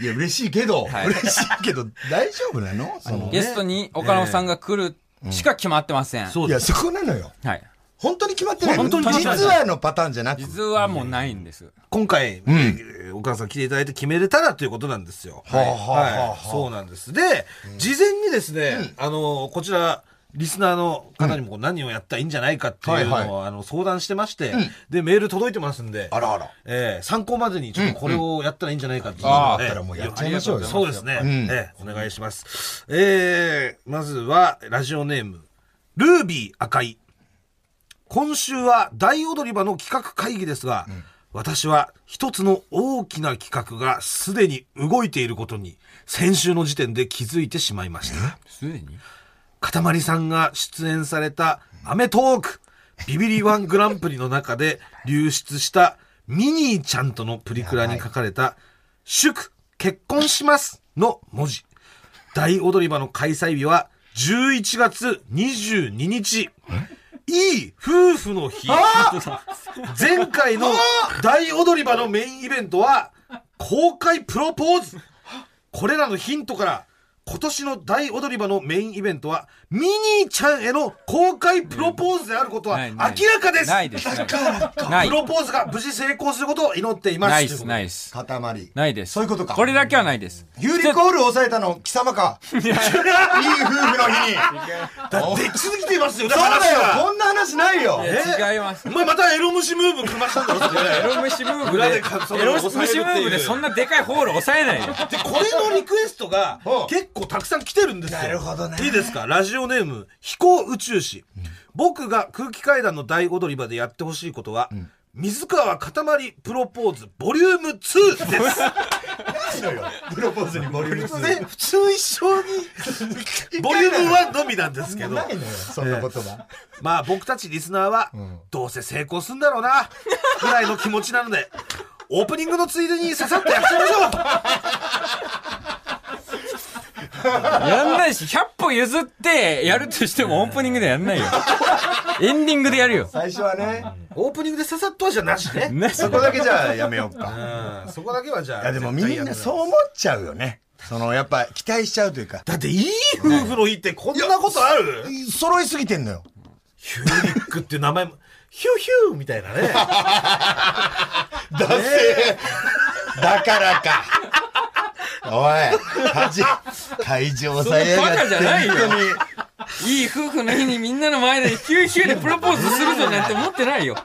[SPEAKER 3] いや嬉しいけど
[SPEAKER 1] はい
[SPEAKER 3] 嬉しいけど大丈夫なのその
[SPEAKER 1] ゲストに岡野さんが来るしか決まってません。
[SPEAKER 2] そう
[SPEAKER 3] いやそこなのよ
[SPEAKER 1] はい。
[SPEAKER 3] 本当に決まってない
[SPEAKER 1] 本当に決まってない
[SPEAKER 3] 実はのパターンじゃなく
[SPEAKER 1] 実はもうないんです。
[SPEAKER 2] 今回、えーお母さん来ていただいて決めれたらということなんですよ。
[SPEAKER 3] はあはあはあ
[SPEAKER 2] はいそうなんです。で、事前にですね、あの、こちら、リスナーの方にもこう何をやったらいいんじゃないかっていう
[SPEAKER 3] はい
[SPEAKER 2] のをあの相談してまして、で、メール届いてますんで、
[SPEAKER 3] あらあら
[SPEAKER 2] えー参考までにちょっとこれをやったらいいんじゃないかっていうの
[SPEAKER 3] うんあ
[SPEAKER 2] がえー
[SPEAKER 3] ーあったらもうやっちゃいましょうよ
[SPEAKER 2] そうですね。
[SPEAKER 3] ん
[SPEAKER 2] えーお願いします。えーまずは、ラジオネーム、ルービー赤い。今週は大踊り場の企画会議ですが、私は一つの大きな企画がすでに動いていることに、先週の時点で気づいてしまいました。
[SPEAKER 1] すでに
[SPEAKER 2] かたまりさんが出演されたアメトーークビビリワングランプリの中で流出したミニーちゃんとのプリクラに書かれた祝結婚しますの文字。大踊り場の開催日は11月22日。いい夫婦の日。前回の大踊り場のメインイベントは公開プロポーズ。これらのヒントから、今年の大踊り場のメインイベントは、ミニーちゃんへの公開プロポーズであることは
[SPEAKER 1] な
[SPEAKER 2] 明
[SPEAKER 1] い
[SPEAKER 2] ら
[SPEAKER 1] ない
[SPEAKER 2] かです。
[SPEAKER 1] ないです。ない
[SPEAKER 2] プロポーズが無事成功することを祈っています。。
[SPEAKER 1] ないです、ないいです。
[SPEAKER 3] 塊
[SPEAKER 1] ないです。
[SPEAKER 3] そういうことか
[SPEAKER 1] これだけはないです。
[SPEAKER 3] ユーリックホール抑えたの貴様かいい夫婦の日に
[SPEAKER 2] だ出来すぎていますよ、
[SPEAKER 3] そう
[SPEAKER 2] 話
[SPEAKER 3] だよ
[SPEAKER 2] が
[SPEAKER 3] こんな話ないよ
[SPEAKER 1] 違います
[SPEAKER 2] お。前またエロ虫ムーブ組ましたんだろ、それ。
[SPEAKER 1] エロ虫ムーブ
[SPEAKER 2] 裏
[SPEAKER 1] で
[SPEAKER 2] でか、それ
[SPEAKER 1] エロ
[SPEAKER 2] を
[SPEAKER 1] 虫ム
[SPEAKER 2] 抑えるっていう
[SPEAKER 1] ーブでそんなでかいホール抑えないよ。
[SPEAKER 2] で、これのリクエスト が
[SPEAKER 3] うん
[SPEAKER 2] 結構たくさん来てるんですよ。
[SPEAKER 3] なるほどね
[SPEAKER 2] いいですかラジオネーム、飛行宇宙士。僕が空気階段の大踊り場でやってほしいことは、水川かたまりプロポーズボリューム2です。
[SPEAKER 3] ないのよ。プロポーズにボリューム2。
[SPEAKER 2] ね、普通一生に、ボリューム1のみなんですけど。
[SPEAKER 3] ないのよ、そんな言葉。
[SPEAKER 2] まあ僕たちリスナーは、どうせ成功すんだろうな、ぐらいの気持ちなので、オープニングのついでにささっとやっちゃいましょう
[SPEAKER 1] やんないし、100歩譲ってやるとしてもオープニングでやんないよ。エンディングでやるよ。
[SPEAKER 3] 最初はね。
[SPEAKER 2] オープニングでささっとはじゃなしね。
[SPEAKER 1] な
[SPEAKER 3] そこだけじゃあやめようか。
[SPEAKER 2] そこだけはじゃあ。
[SPEAKER 3] いやでもみんなそう思っちゃうよね。そのやっぱ期待しちゃうというか。
[SPEAKER 2] だっていい夫婦の日ってこんなことある
[SPEAKER 3] 揃いすぎてんのよ。
[SPEAKER 2] ヒューリックっていう名前も、ヒューヒューみたいなね。
[SPEAKER 3] だせだからか。おい、はじ、会場さえやがって。
[SPEAKER 1] そんなバカじゃないよ
[SPEAKER 3] 本当に。
[SPEAKER 1] いい夫婦の日にみんなの前でヒューヒューでプロポーズするぞなんて思ってないよ。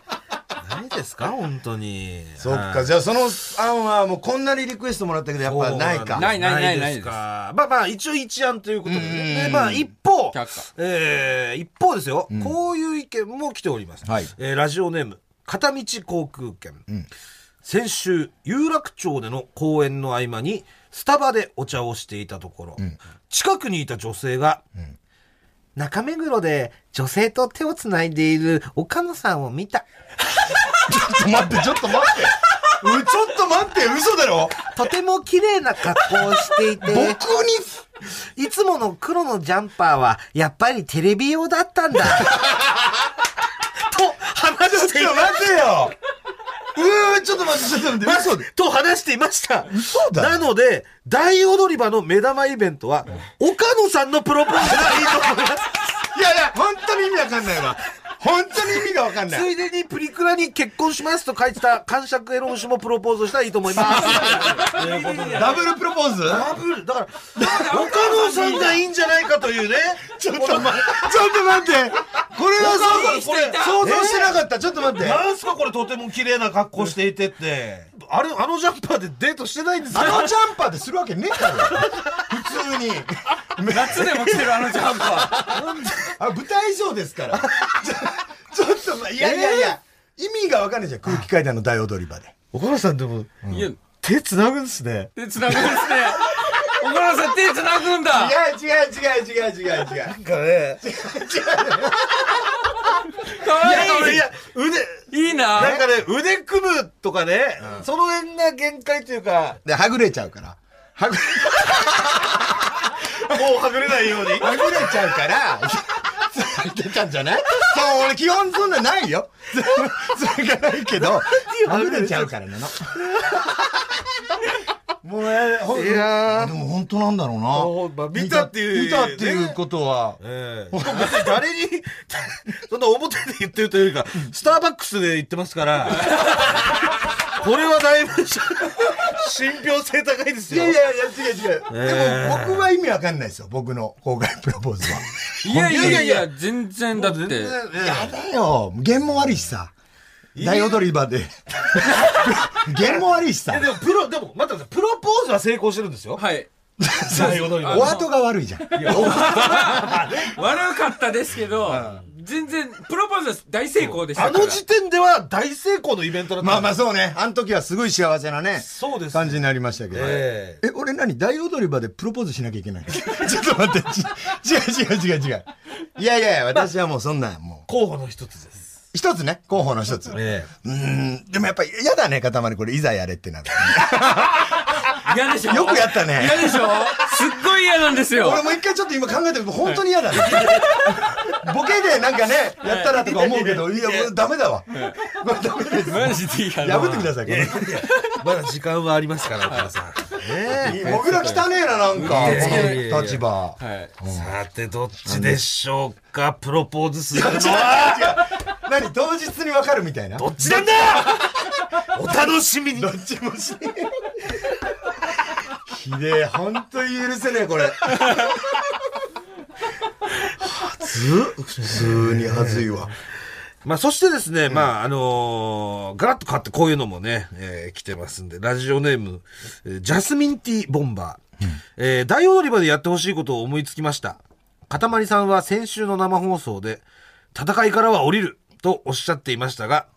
[SPEAKER 2] 何ですか本当に。
[SPEAKER 3] そっか、じゃあその案はもうこんなにリクエストもらったけど、やっぱないか。
[SPEAKER 1] ないないないない
[SPEAKER 2] ですか。まあまあ、一応一案ということでね。
[SPEAKER 3] うん
[SPEAKER 2] でまあ、一方
[SPEAKER 1] 却下、
[SPEAKER 2] えー、一方ですよ、こういう意見も来ております。
[SPEAKER 3] はい
[SPEAKER 2] えーラジオネーム、片道航空券。先週、有楽町での公演の合間に、スタバでお茶をしていたところ、近くにいた女性が、中目黒で女性と手をつないでいる岡野さんを見た。
[SPEAKER 3] ちょっと待って、ちょっと待って。うちょっと待って、嘘だろ
[SPEAKER 2] とても綺麗な格好をして いて、
[SPEAKER 3] 僕に、
[SPEAKER 2] いつもの黒のジャンパーは、やっぱりテレビ用だったん だ。と、話してい
[SPEAKER 3] ちょっと
[SPEAKER 2] ま
[SPEAKER 3] 待てようー、ちょっと待って、ちょっと待って、嘘で。
[SPEAKER 2] と話していました。
[SPEAKER 3] 嘘だ
[SPEAKER 2] なので、大踊り場の目玉イベントは、岡野さんのプロポーズがいいと思います。
[SPEAKER 3] いやいや、本当に意味わかんないわ。本当に意味がわかんない。
[SPEAKER 2] ついでにプリクラに結婚しますと書いてた、感触エロ星もプロポーズしたらいいと思い ます。
[SPEAKER 3] ダブルプロポーズ
[SPEAKER 2] ダブル、だから、岡野さんがいいんじゃないかというね。ちょっと待って。
[SPEAKER 3] ちょっと待ってこれは想
[SPEAKER 1] いい人い
[SPEAKER 3] 像
[SPEAKER 1] た
[SPEAKER 3] 想像してなかったちょっと待って
[SPEAKER 2] なんすかこれとても綺麗な格好していてって。あれ、あのジャンパーでデートしてないんですか
[SPEAKER 3] あのジャンパーでするわけねえだろ普通に
[SPEAKER 1] 夏でも着てるあのジャンパー。
[SPEAKER 3] あ舞台衣装ですからちょちょっとまいやいやいや、意味がわかんないじゃん空気階段の大踊り場で
[SPEAKER 2] 岡野さんでも、
[SPEAKER 1] いや、
[SPEAKER 2] 手繋ぐんですね。
[SPEAKER 1] 手繋ぐんですね。岡田さん手繋ぐんだ。
[SPEAKER 3] 違う違う違う違う違う違う
[SPEAKER 2] なんかね。
[SPEAKER 1] かわ
[SPEAKER 2] い
[SPEAKER 1] いい
[SPEAKER 2] やいやいや、腕、
[SPEAKER 1] いいな。
[SPEAKER 2] なんかね、腕組むとかね、その辺が限界というか、
[SPEAKER 3] ではぐれちゃうからはぐれ
[SPEAKER 2] もうはぐれないように。
[SPEAKER 3] はぐれちゃうから出たんじゃないそう俺基本そんなないよそれがないけどはぐれちゃうからなの
[SPEAKER 2] もうや
[SPEAKER 3] い
[SPEAKER 2] いや
[SPEAKER 3] でも本当なんだろうな。
[SPEAKER 2] まあ見たっていう
[SPEAKER 3] 見たっていうことは。
[SPEAKER 2] ええしかも別に誰に、 そんな表で言ってるというよりか、スターバックスで言ってますから、これはだいぶし、信憑性高いです
[SPEAKER 3] い
[SPEAKER 2] よ。
[SPEAKER 3] やいやいや、違う違う。
[SPEAKER 2] ええ
[SPEAKER 3] でも僕は意味わかんないですよ。僕の公開プロポーズは。
[SPEAKER 1] いやいやいやいや、全然だって。
[SPEAKER 3] やだよ。弦も悪いしさ。大踊り 場で。弦も悪いしさ
[SPEAKER 2] え。でもプロ、でも、待ってください。プロポーズは成功してるんですよ。
[SPEAKER 1] はい。
[SPEAKER 2] 大踊り
[SPEAKER 3] お後が悪いじゃん。
[SPEAKER 1] 悪かったですけど、全然、プロポーズは大成功でした
[SPEAKER 2] あ
[SPEAKER 1] から。
[SPEAKER 2] の時点では大成功のイベントだった。
[SPEAKER 3] まあまあ
[SPEAKER 2] あ、
[SPEAKER 3] そうね。あの時はすごい幸せなね。
[SPEAKER 2] そうです。
[SPEAKER 3] 感じになりましたけど。
[SPEAKER 2] え
[SPEAKER 3] え、俺何大踊り場でプロポーズしなきゃいけな いのちょっと待って。ち違う違う違う違う。いやいやいや、私はもうそんなん、もう。
[SPEAKER 2] 候補の一つです。
[SPEAKER 3] 一つね、候補の一つ。
[SPEAKER 2] え
[SPEAKER 3] うーん、でもやっぱ嫌だね、塊これ、いざやれってなる。
[SPEAKER 1] 嫌でしょ
[SPEAKER 3] よくやったね。
[SPEAKER 1] 嫌でしょすっごい嫌なんですよ。
[SPEAKER 3] 俺も一回ちょっと今考えてるけど、本当に嫌 だね。ボケでなんかね、やったらとか思うけど、いや、もうダメだわ。これダメです。
[SPEAKER 1] マジで嫌だ。
[SPEAKER 3] 破ってください、これ。
[SPEAKER 2] まだ時間はありますから、お母さん。ええ
[SPEAKER 3] 僕ら汚ねえな、なんか。
[SPEAKER 2] いやいやいや
[SPEAKER 3] 立場。
[SPEAKER 1] はい。
[SPEAKER 2] さて、どっちでしょうか、プロポーズするのは。
[SPEAKER 3] 何当日にわかるみたいな。
[SPEAKER 2] どっちなんだお楽しみに
[SPEAKER 3] どっちもしねえ。ひでえ、ほんと許せねえ、これ。普通に恥ずいわ。
[SPEAKER 2] まあ、そしてですね、まあ、あのーガラッと変わってこういうのもね、えー来てますんで、ラジオネーム、えージャスミンティーボンバー。えー大踊り場でやってほしいことを思いつきました。かたまりさんは先週の生放送で、戦いからは降りるとおっしゃっていましたが、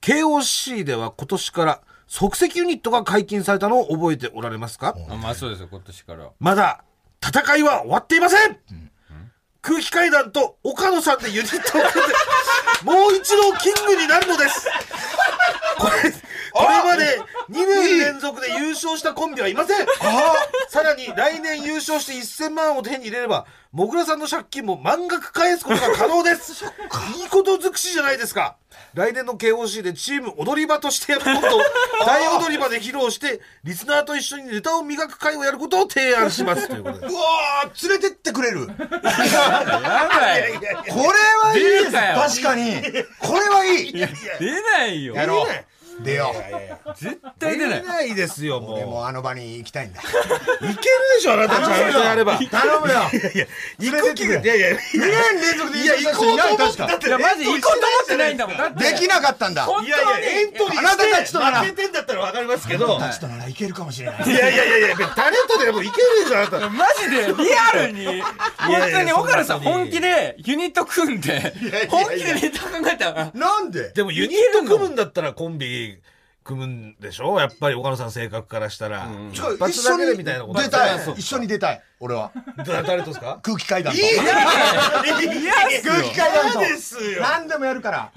[SPEAKER 2] KOC では今年から即席ユニットが解禁されたのを覚えておられますか、
[SPEAKER 1] あまあそうですよ、今年から。
[SPEAKER 2] まだ戦いは終わっていません、空気階段と岡野さんでユニットを組んで、もう一度キングになるのですこれ、これまで2年連続で優勝したコンビはいませんさらに来年優勝して1000万を手に入れれば、もぐらさんの借金も満額返すことが可能ですいいこと尽くしじゃないですか来年の KOC でチーム踊り場としてやることを大踊り場で披露して、リスナーと一緒にネタを磨く会をやることを提案しますということです
[SPEAKER 3] うわー連れてってくれるこれ
[SPEAKER 1] やばい
[SPEAKER 3] はいい
[SPEAKER 1] 出
[SPEAKER 3] です
[SPEAKER 1] るかよ
[SPEAKER 3] 確かにこれはいい
[SPEAKER 1] 出ないよ。
[SPEAKER 3] やろう出よ
[SPEAKER 1] 絶対出ない。
[SPEAKER 2] ないですよ、
[SPEAKER 3] う
[SPEAKER 2] もう。い
[SPEAKER 3] 俺もあの場に行きたいんだ
[SPEAKER 2] けるでしょ、あなたちゃんとやれば。い
[SPEAKER 3] 頼むよ
[SPEAKER 2] や、行
[SPEAKER 3] れて
[SPEAKER 2] く
[SPEAKER 3] って
[SPEAKER 2] 気
[SPEAKER 3] くれ
[SPEAKER 2] が、いやいや、い
[SPEAKER 3] 2年連続で優勝した人いない確か
[SPEAKER 1] いや、マジ行こうと思ってないんだもん。だって、
[SPEAKER 3] できなかったんだ
[SPEAKER 1] 本
[SPEAKER 2] やいや、エントリーして、
[SPEAKER 3] あなたたちとなら
[SPEAKER 2] 負けてんだったらわかりますけど、い
[SPEAKER 3] たちとならいけるかもしれない
[SPEAKER 2] やいやいやいや、タレントでもいけるでしょ、あなた。
[SPEAKER 1] マジでリアルに、本当に岡野さん本気でユニット組んで、本気でネタ考えたら、
[SPEAKER 3] なんで
[SPEAKER 2] でもユニット組むんだったらコンビ組むんでしょやっぱり岡野さん性格からしたら。
[SPEAKER 3] 一
[SPEAKER 2] 一発だ
[SPEAKER 3] 緒
[SPEAKER 2] けで
[SPEAKER 3] に
[SPEAKER 2] みたいなこと
[SPEAKER 3] 出たい一緒に出たい俺は
[SPEAKER 2] だ誰とですか
[SPEAKER 3] 空気階段と
[SPEAKER 1] いや、
[SPEAKER 3] 空気階段と
[SPEAKER 2] 嫌ですよ
[SPEAKER 3] 何でもやるから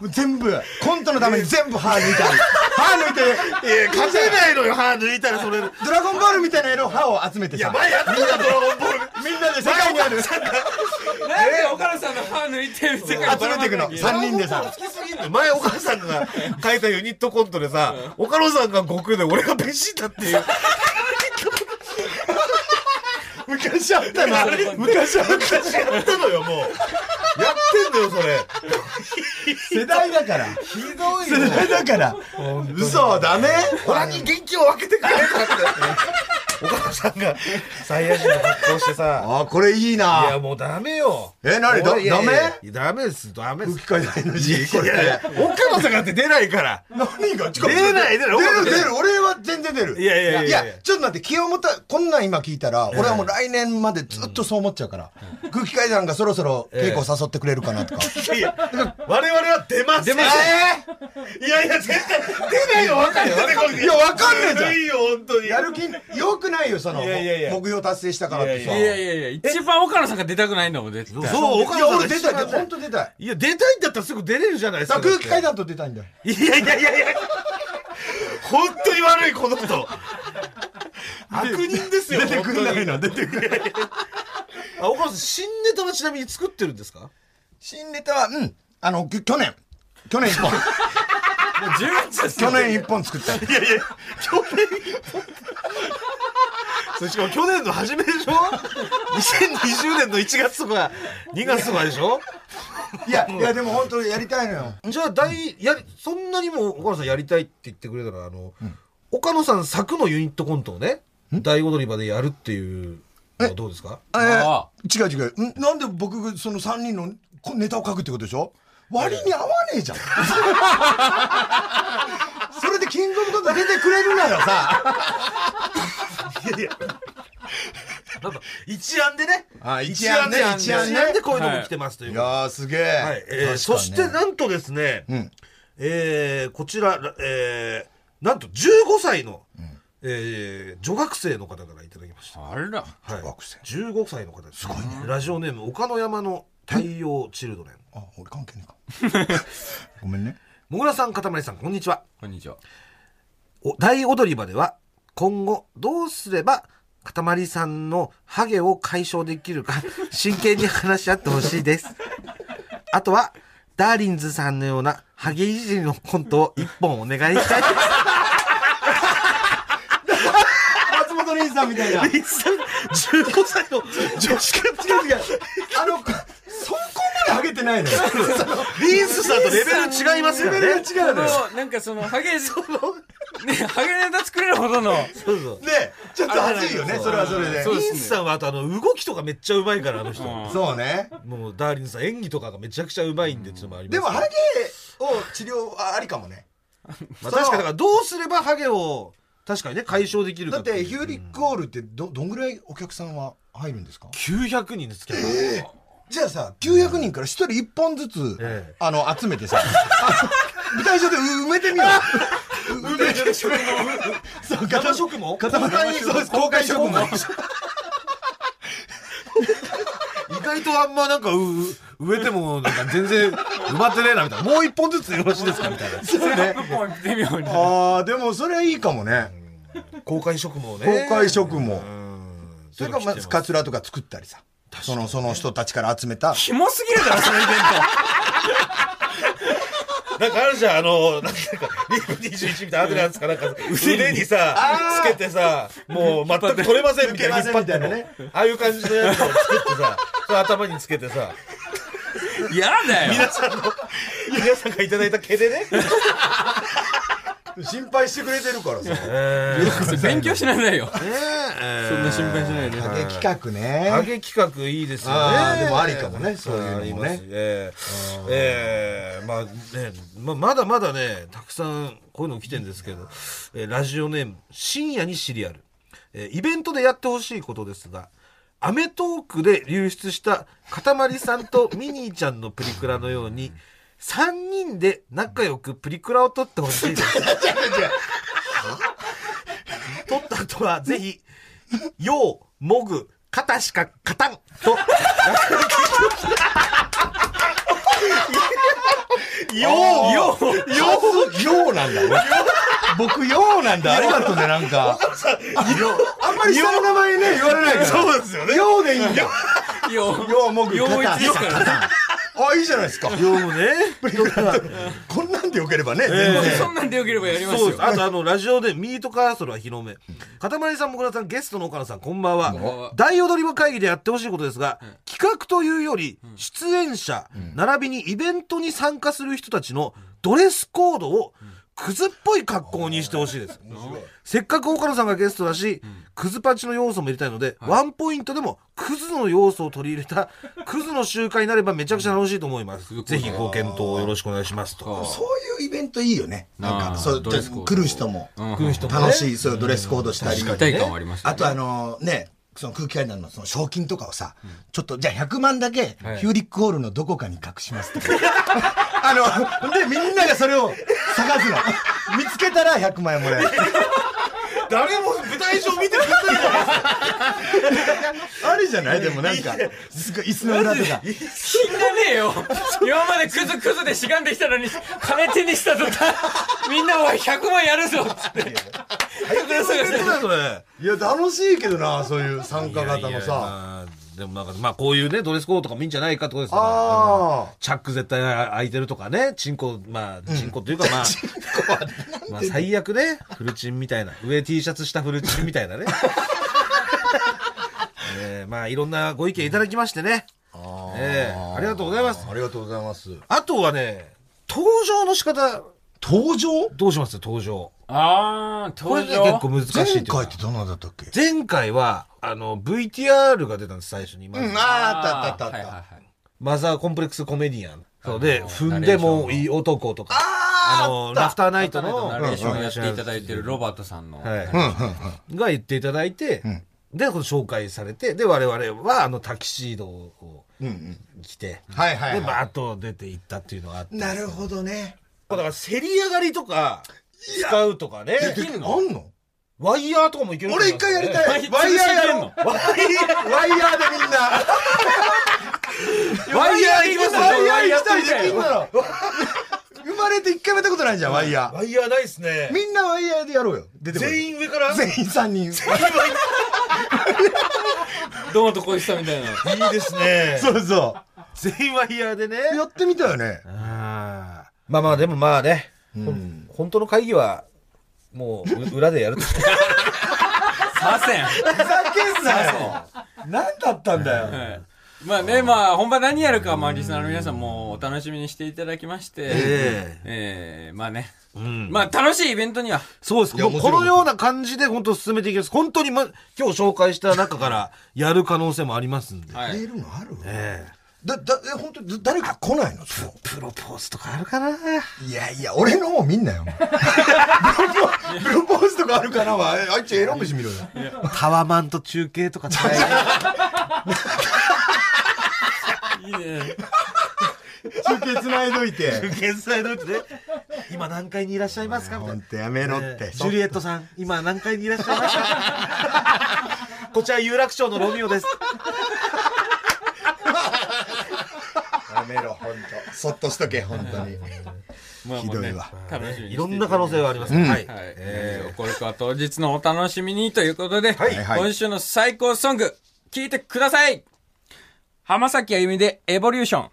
[SPEAKER 3] もう 全部コントのために全部歯抜いたり歯抜いて
[SPEAKER 2] いや、勝てないのよ、歯抜いたらそれ。い
[SPEAKER 3] ドラゴンボールみたいな色を歯を集めて
[SPEAKER 2] や、
[SPEAKER 3] さ
[SPEAKER 2] 前やったじゃん、ドラゴンボール。
[SPEAKER 3] みんなで世界にある
[SPEAKER 1] なんで岡野さんの歯抜いてる世界
[SPEAKER 3] 集めていくの3人でさ
[SPEAKER 2] 好きすぎんの前、岡野さんが書いたユニットコントでさ、岡野さんが悟空で俺がベジータっていう。
[SPEAKER 3] 昔あったな昔あった
[SPEAKER 2] 昔やったのよ、もう。やってんのよ、それ。
[SPEAKER 3] 世代だから
[SPEAKER 2] ひど
[SPEAKER 3] 世代だから嘘はダメ
[SPEAKER 2] 俺に元気を分けてくれとかって。岡野さんが最悪の格好してさ。
[SPEAKER 3] あこれいい
[SPEAKER 2] いや、
[SPEAKER 3] な
[SPEAKER 2] もうダメよ。
[SPEAKER 3] え何だ
[SPEAKER 2] 俺いやいやいや
[SPEAKER 3] ダ
[SPEAKER 2] ダメです、ダメで
[SPEAKER 3] 空
[SPEAKER 2] す
[SPEAKER 3] 気。階段 NG こ
[SPEAKER 2] いやい
[SPEAKER 3] れ
[SPEAKER 2] や、岡野さんがって出ないから。
[SPEAKER 3] 何が出
[SPEAKER 2] 出ない出ない
[SPEAKER 3] 出る出る俺は全然出る
[SPEAKER 2] いやいやいやい
[SPEAKER 3] い
[SPEAKER 2] や
[SPEAKER 3] やちょっと待って気を持たこんなん今聞いたら俺はもう来年までずっとそう思っちゃうから空気階段がそろそろ稽古誘ってくれるかなとか
[SPEAKER 2] いやいや、我々は出ません。いやいや、絶対出ないよ、分かんない。
[SPEAKER 3] いやわかんないじゃん
[SPEAKER 2] いいよ、本当に。
[SPEAKER 3] やる気よくないよその
[SPEAKER 2] いやいやいや
[SPEAKER 3] 目標達成したからってさ
[SPEAKER 1] いやいやいや、一番岡野さんが出たくないんだもん、絶対。
[SPEAKER 2] そう、
[SPEAKER 3] いや俺出たい
[SPEAKER 2] い
[SPEAKER 3] 本当出たい
[SPEAKER 2] いや、出たいんだったらすぐ出れるじゃないです
[SPEAKER 3] だ
[SPEAKER 2] か。
[SPEAKER 3] から空気階段と出たいんだよ
[SPEAKER 2] いやいやいやいや。本当に悪い、この人。悪人ですよ、出てくれないな、出てくれない。あ、岡野さん、新ネタはちなみに作ってるんですか
[SPEAKER 3] 新ネタはうんあのき去年去年一 本
[SPEAKER 1] 10月です
[SPEAKER 3] 去年一本作った
[SPEAKER 2] いやいや、去年。それしかも去年の初めでしょ ?2020 年の1月とか2月とかでしょ
[SPEAKER 3] いやいやでも本当にやりたいのよ
[SPEAKER 2] じゃあ大やりそんなにも岡野さんやりたいって言ってくれたらあの、岡野さん作のユニットコントをね大踊り場でやるっていうのはどうですか
[SPEAKER 3] え
[SPEAKER 1] ああ
[SPEAKER 3] 違う違う。んなんで僕がその3人のこネタを書くってことでしょ割に合わねえ じゃん。それでキングオブコント出てくれるならさ。
[SPEAKER 2] なんか一案でね
[SPEAKER 3] あ一案ね
[SPEAKER 2] 一
[SPEAKER 3] 一
[SPEAKER 2] 案
[SPEAKER 3] 案
[SPEAKER 2] で
[SPEAKER 3] ね
[SPEAKER 2] 一案でこういうのも来てますという
[SPEAKER 3] い
[SPEAKER 2] ことで
[SPEAKER 3] やーすげえ。
[SPEAKER 2] はいえーそしてなんとですね、
[SPEAKER 3] ん
[SPEAKER 2] えーこちら、えーなんと15歳の、えー女学生の方からいただきました、
[SPEAKER 1] あら。
[SPEAKER 2] はい、
[SPEAKER 3] 学生
[SPEAKER 2] 15歳の方ですすごい、ラジオネーム岡の山の太陽チルドレン
[SPEAKER 3] あ、俺関係ねえか。 ごめんね。
[SPEAKER 2] もぐらさんかたまりさんこんにちは
[SPEAKER 1] こんにちは。
[SPEAKER 2] お大踊り場では今後どうすればかたまりさんのハゲを解消できる か真剣に話し合ってほしいですあとはダーリンズさんのようなハゲいじりのコントを一本お願いしたいです
[SPEAKER 3] 松本凛さんみたいな。
[SPEAKER 2] 15歳の女子から
[SPEAKER 3] 違う違う。あの、そこまで上げて ないのよ。
[SPEAKER 2] リンスさんとレベル違いますか
[SPEAKER 3] レベ
[SPEAKER 2] ら
[SPEAKER 3] ルが
[SPEAKER 2] ね。
[SPEAKER 3] 違うのよ。
[SPEAKER 1] そうなんかその、ハ ゲ、ね、ハゲネタ作れるほどの、
[SPEAKER 2] そうそう。
[SPEAKER 3] ね、ちょっと恥ずいよね、それはそれで。
[SPEAKER 1] そう
[SPEAKER 2] リ
[SPEAKER 1] です
[SPEAKER 2] ン
[SPEAKER 1] ね
[SPEAKER 2] スさんはあとあの動きとかめっちゃうまいからあの人。
[SPEAKER 3] そうね。
[SPEAKER 2] もうダーリンさん演技とかがめちゃくちゃうまいんでっていうのもあります
[SPEAKER 3] で
[SPEAKER 2] け
[SPEAKER 3] も、
[SPEAKER 2] ど。
[SPEAKER 3] ハゲを治療あありかもね。
[SPEAKER 2] まあ確かにだからどうすればハゲを確かにね解消できるかっ
[SPEAKER 3] だっ
[SPEAKER 2] てい
[SPEAKER 3] て
[SPEAKER 2] う。
[SPEAKER 3] ヒューリックオールってどどんぐらいお客さんは入るんですか
[SPEAKER 2] 900人ですけど。
[SPEAKER 3] じゃあさ、900人から1人1本ずつ、
[SPEAKER 2] ええ
[SPEAKER 3] あの、集めてさ、あの 舞台上で埋めてみよう。埋めて
[SPEAKER 2] そう生食も
[SPEAKER 3] 固まりそうです公開処分も。
[SPEAKER 2] 意外とあんまなんかう植えてもなんか全然埋まってねえなみたいなもう一本ずつよろしいですかみたいな
[SPEAKER 1] もう微妙に。
[SPEAKER 3] ああ、でもそれはいいかもね。
[SPEAKER 2] 公開食もね
[SPEAKER 3] 公開食も。
[SPEAKER 2] うん
[SPEAKER 3] それかまずカツラとか作ったりさ。その、その人たちから集めた。
[SPEAKER 1] キモすぎるだろ、そのイベン
[SPEAKER 2] なんかあるじゃんあのなんかリーグ21みたいなアドレスかなん か腕にさつけてさもう全く取れませんみたいな
[SPEAKER 3] 抜けませんみたいなね
[SPEAKER 2] 引っ張ってのああいう感じのやつを作ってさそれ頭につけてさ
[SPEAKER 1] ト。やだよ。
[SPEAKER 2] 皆さんの皆さんがいただいた毛で ね
[SPEAKER 3] 心配してくれてるからさ。
[SPEAKER 1] 勉強しなさいよ。
[SPEAKER 2] そ
[SPEAKER 1] そんな心配しないで。
[SPEAKER 3] 影企画
[SPEAKER 2] ハ
[SPEAKER 3] ね。
[SPEAKER 2] ゲ企画いいですよ
[SPEAKER 3] あ
[SPEAKER 2] ね。
[SPEAKER 3] ーでもありかもねそういうのもね
[SPEAKER 2] ありますえーえーまあね、まあまだまだね、たくさんこういうの来てるんですけど、えーラジオネーム、深夜にシリアル。えーイベントでやってほしいことですが、アメトークで流出した、かたまりさんとミニーちゃんのプリクラのように、3人で仲良くプリクラを撮ってほしいです。撮った後は、ぜひ、よう、もぐ、肩しか勝たんと、
[SPEAKER 3] ようようようなんだね。僕ようなんだ。ありがとうね、なんか。あんまり下の名前ね、言われないから。そうですよね。ようでいいんだよ。
[SPEAKER 1] よう
[SPEAKER 3] ようもぐ
[SPEAKER 1] よう
[SPEAKER 3] 肩
[SPEAKER 1] 一ですからね。
[SPEAKER 3] あ、いいじゃないですか。
[SPEAKER 2] ようね、
[SPEAKER 3] こんなんでよければね、全然。
[SPEAKER 1] そんなんでよければやります
[SPEAKER 2] そうで
[SPEAKER 1] よ
[SPEAKER 2] す。。あとあの、ラジオでミートカーソルは広め。かたまりさん、もぐらさん、ゲストの岡野さん、こんば
[SPEAKER 1] こ
[SPEAKER 2] ん
[SPEAKER 1] んばんは
[SPEAKER 2] は。大踊り場会議でやってほしいことですが、企画というより、出演者、並びにイベントに参加する人たちのドレスコードを、クズっぽい格好にしてほしいです。せっかく岡野さんがゲストだし、クズパンチの要素も入れたいので、ワンポイントでもクズの要素を取り入れ た、クズの集会になればめちゃくちゃ楽しいと思います。ぜひご検討をよろしくお願いしますと。
[SPEAKER 3] そういうイベントいいよね。なん
[SPEAKER 1] あー
[SPEAKER 3] か、そう、
[SPEAKER 1] ドレスコード
[SPEAKER 3] 来る人も、
[SPEAKER 2] 来る人もね
[SPEAKER 3] 楽しい、そういうドレスコードしたり。
[SPEAKER 1] 一体感はありましたね
[SPEAKER 3] あとあのね、その空気階段のその賞金とかをさ、ちょっとじゃあ100万だけヒューリックホールのどこかに隠しますとか。あの、で、みんながそれを探すの。見つけたら100万円もらえる。
[SPEAKER 2] 誰も舞台上見てくれ
[SPEAKER 3] あるじゃないでもなんか、すごい椅子の裏とか。
[SPEAKER 1] 死んだねえよ今までクズクズでしがんできたのに金手にした途端みんなは100万やるぞっつって宝探し
[SPEAKER 2] ないそれ
[SPEAKER 3] いや、楽しいけどな、そういう参加型のさ。
[SPEAKER 2] まあでもなんかまあこういうねドレスコードとかもいいんじゃないかってことですから
[SPEAKER 3] ああ。
[SPEAKER 2] チャック絶対開いてるとかねチンコまあチンコというかまあ、まあ最悪ねフルチンみたいな上 T シャツしたフルチンみたいなね えーまあいろんなご意見いただきましてね、えーありがとうございます
[SPEAKER 3] ありがとうございます。
[SPEAKER 2] あとはね登場の仕方
[SPEAKER 3] 登場
[SPEAKER 2] どうします登場
[SPEAKER 1] ああ
[SPEAKER 2] これ
[SPEAKER 1] 登
[SPEAKER 2] ね
[SPEAKER 1] 場
[SPEAKER 2] 結構難しい
[SPEAKER 3] 前
[SPEAKER 2] というか
[SPEAKER 3] 回ってどんなだったっけ
[SPEAKER 2] 前回は、あの、VTR が出たんです、最初に。まず
[SPEAKER 3] うん、ああ、あったあ
[SPEAKER 1] は
[SPEAKER 3] ったあったあった。
[SPEAKER 1] いはいはい
[SPEAKER 2] マザーコンプレックスコメディアン。そうで、
[SPEAKER 1] あの
[SPEAKER 2] 踏んでもいい男とか。あの、ラフターナイトの、
[SPEAKER 1] ナレーションやっていただいてるロバートさんの、
[SPEAKER 2] はいが言っていただいて、で、この紹介されて、で、我々は、あの、タキシードを着て、
[SPEAKER 3] はいはいはい
[SPEAKER 2] で、バーッと出ていったっていうのがあって。
[SPEAKER 3] なるほどね。
[SPEAKER 2] だから、競り上がりとか、使うとかね。
[SPEAKER 3] できるのあんの
[SPEAKER 2] ワイヤーとかもいける
[SPEAKER 3] 俺一回やりた
[SPEAKER 2] い。
[SPEAKER 3] い。ワイヤーやろう。
[SPEAKER 2] ワイヤー
[SPEAKER 3] ワイヤーでみん な。
[SPEAKER 1] ワイヤー行きます
[SPEAKER 3] ワイヤー一人で
[SPEAKER 1] で
[SPEAKER 3] みんなの。 生まれて一回もやったことないじゃん、ワイヤ
[SPEAKER 2] ワイヤーないっすね
[SPEAKER 3] ー。。みんなワイヤーでやろうよ。出てこい
[SPEAKER 2] 全員上から
[SPEAKER 3] 全員3人。
[SPEAKER 1] どうとこうしたみたいない
[SPEAKER 2] いですね。
[SPEAKER 3] そうそ
[SPEAKER 2] 全員ワイヤーでね。
[SPEAKER 3] う。やってみたよね。
[SPEAKER 2] あーまあまあ、でもまあね、
[SPEAKER 3] うん。
[SPEAKER 2] 本当の会議は、もうう、裏でやると。
[SPEAKER 1] させん
[SPEAKER 3] ふざけんなよ。何だったんだよ。
[SPEAKER 1] はいまあね、まあ、本番何やるかは、まあ、リスナーの皆さんもお楽しみにしていただきまして、
[SPEAKER 2] え
[SPEAKER 1] えーまあね、
[SPEAKER 2] うん
[SPEAKER 1] まあ、楽しいイベントには、
[SPEAKER 2] そうです。
[SPEAKER 3] いや
[SPEAKER 2] もう
[SPEAKER 3] もち
[SPEAKER 2] こ
[SPEAKER 3] ろん
[SPEAKER 2] のような感じで本当進めていきます。本当に、ま、今日紹介した中からやる可能性もありますんで。
[SPEAKER 1] は
[SPEAKER 3] 入れ
[SPEAKER 1] い、
[SPEAKER 3] るのある
[SPEAKER 2] え
[SPEAKER 3] だ、だ、え、本当誰か来ないのそう。
[SPEAKER 2] えプロポーズとかあるかない
[SPEAKER 3] やいや、俺の方見んな よ。お前プロポーズとかあるかなは、あいつエロ虫見ろよ。
[SPEAKER 2] タワマンと中継とか
[SPEAKER 1] い
[SPEAKER 3] 中継繋いどいて。
[SPEAKER 2] 現在のうちね、今何階にいらっしゃいますかみたいな。
[SPEAKER 3] ほんとやめろって。
[SPEAKER 2] ジュリエットさん、今何階にいらっしゃいますかこちら有楽町のロミオです。
[SPEAKER 3] やめろ、ほんと。そっとしとけ、ほんとに。
[SPEAKER 1] まあ
[SPEAKER 3] ひ
[SPEAKER 1] まあ
[SPEAKER 3] どい
[SPEAKER 1] ね
[SPEAKER 3] わ。
[SPEAKER 1] 楽しみにしてて
[SPEAKER 2] いろんな可能性はあります。はい。
[SPEAKER 1] はい。
[SPEAKER 2] え
[SPEAKER 1] これから当日のお楽しみにということで、
[SPEAKER 3] いはい
[SPEAKER 1] 今週の最高ソング、聴いてください浜崎あゆみでエボリューション。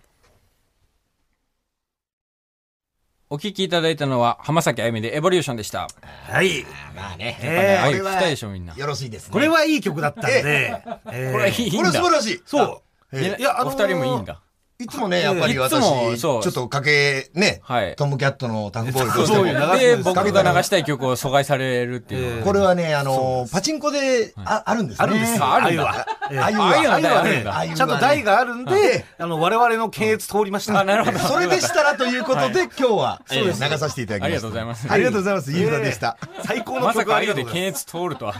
[SPEAKER 1] お聴きいただいたのは浜崎あゆみでエボリューションでした。
[SPEAKER 2] ーはい。
[SPEAKER 3] まあ
[SPEAKER 2] え
[SPEAKER 3] ね。
[SPEAKER 2] ー
[SPEAKER 1] は
[SPEAKER 3] こ
[SPEAKER 1] い、
[SPEAKER 3] れ
[SPEAKER 1] 聞き
[SPEAKER 3] は
[SPEAKER 1] たいでしょ、みんな。
[SPEAKER 3] よろしいですね。
[SPEAKER 2] これはいい曲だったんで。えー
[SPEAKER 1] これいいんだ。
[SPEAKER 3] これ素晴らしい。
[SPEAKER 2] そう。
[SPEAKER 3] ええ
[SPEAKER 1] いや、お二人もいいんだ。
[SPEAKER 3] いつもね、やっぱ
[SPEAKER 1] い
[SPEAKER 3] り
[SPEAKER 1] つも
[SPEAKER 3] 私、ち
[SPEAKER 1] そ
[SPEAKER 3] ょ
[SPEAKER 1] う
[SPEAKER 3] っとかけ、ね
[SPEAKER 1] はい、
[SPEAKER 3] トムキャットのタフボールどうして
[SPEAKER 2] そういう
[SPEAKER 3] も。
[SPEAKER 2] 流すん
[SPEAKER 1] で、
[SPEAKER 2] です
[SPEAKER 1] 僕が流したい曲を阻害されるっていうの
[SPEAKER 3] これはね、あの、パチンコで、ああるんですね。
[SPEAKER 2] あるんですよ。
[SPEAKER 1] あるん
[SPEAKER 2] ゆ
[SPEAKER 1] だ
[SPEAKER 2] は。えー
[SPEAKER 3] あゆ
[SPEAKER 1] ああいうの
[SPEAKER 3] は、
[SPEAKER 1] 台あるん
[SPEAKER 2] ね
[SPEAKER 1] だ
[SPEAKER 3] あゆはね
[SPEAKER 2] ちゃんと台があるんで、あの、我々の検閲通りました。
[SPEAKER 1] が。あ、なるほど。
[SPEAKER 3] それでしたらということで、今日は、
[SPEAKER 1] そう
[SPEAKER 3] 流
[SPEAKER 1] です
[SPEAKER 3] させていた
[SPEAKER 1] あ
[SPEAKER 3] だきました。
[SPEAKER 1] りがとうございます
[SPEAKER 3] ありがとうございます。ゆうだでした。
[SPEAKER 2] 最高の
[SPEAKER 1] まさ
[SPEAKER 2] 曲
[SPEAKER 1] か
[SPEAKER 2] あ
[SPEAKER 1] あ
[SPEAKER 2] り
[SPEAKER 1] ゆ
[SPEAKER 2] がと
[SPEAKER 1] で
[SPEAKER 2] うござい
[SPEAKER 1] 検閲通るとは。
[SPEAKER 2] ます。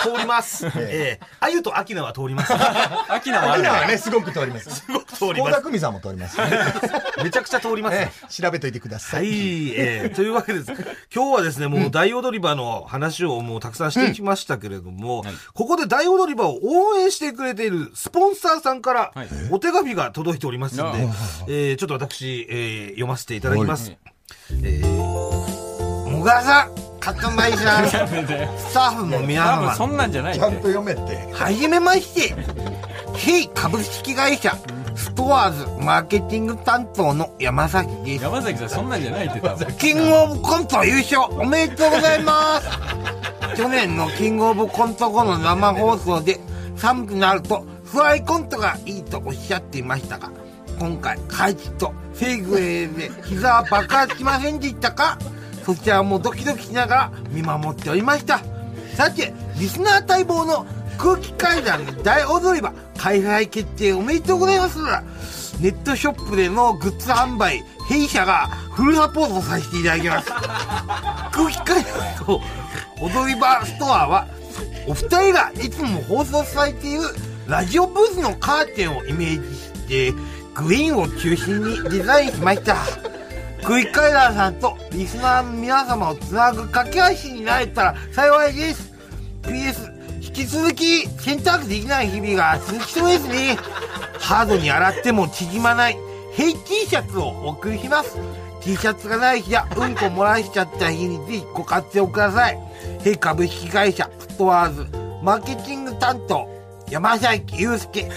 [SPEAKER 2] 通ります。ええ。あゆとアキナは通ります。
[SPEAKER 1] アキナもあ
[SPEAKER 3] ア
[SPEAKER 1] る
[SPEAKER 3] キ
[SPEAKER 1] ん
[SPEAKER 3] ナは
[SPEAKER 1] だ。
[SPEAKER 3] ね、すごく通ります。
[SPEAKER 2] すごく通ります
[SPEAKER 3] 高田。久美さんも通ります。
[SPEAKER 2] めちゃくちゃ通ります。
[SPEAKER 3] ええ調べといてくださ。
[SPEAKER 2] はいい、えー、というわけです。今日はですね、もう大踊り場の話をもうたくさんしてきましたけれども、ここで大踊り場を応援してくれているスポンサーさんから
[SPEAKER 1] はい
[SPEAKER 2] お手紙が届いておりますので、
[SPEAKER 1] な
[SPEAKER 2] えーちょっと私、えー読ませていただきます。えー、もがさん、かっかんばいじゃん、スタッフの皆
[SPEAKER 1] 多分
[SPEAKER 2] 様
[SPEAKER 1] そ、んなんじゃないっ
[SPEAKER 3] ち
[SPEAKER 1] て
[SPEAKER 3] ゃんと 読めって。
[SPEAKER 2] はじめまして。非株式会社、ストアーズマーケティング担当の山崎です。
[SPEAKER 1] 山崎さんそんなんじゃないって多分。
[SPEAKER 2] キングオブコント優勝おめでとうございます去年のキングオブコント後の生放送で寒くなるとフライコントがいいとおっしゃっていましたが今回カイチとセグウェイで膝は爆発しませんでしたかそちらもドキドキしながら見守っておりましたさてリスナー待望の空気階段の大踊り場開催決定おめでとうございますネットショップでのグッズ販売弊社がフルサポートさせていただきます空気階段と踊り場ストアはお二人がいつも放送されているラジオブースのカーテンをイメージしてグリーンを中心にデザインしました空気階段さんとリスナーの皆様をつなぐ架け橋になれたら幸いです PS 引き続き洗濯できない日々が続きそうですねハードに洗っても縮まないヘイ T シャツをお送りします T シャツがない日やうんこ漏らしちゃった日にぜひご活用くださいヘイ株式会社ストアーズマーケティング担当山崎祐介
[SPEAKER 3] 違う違う。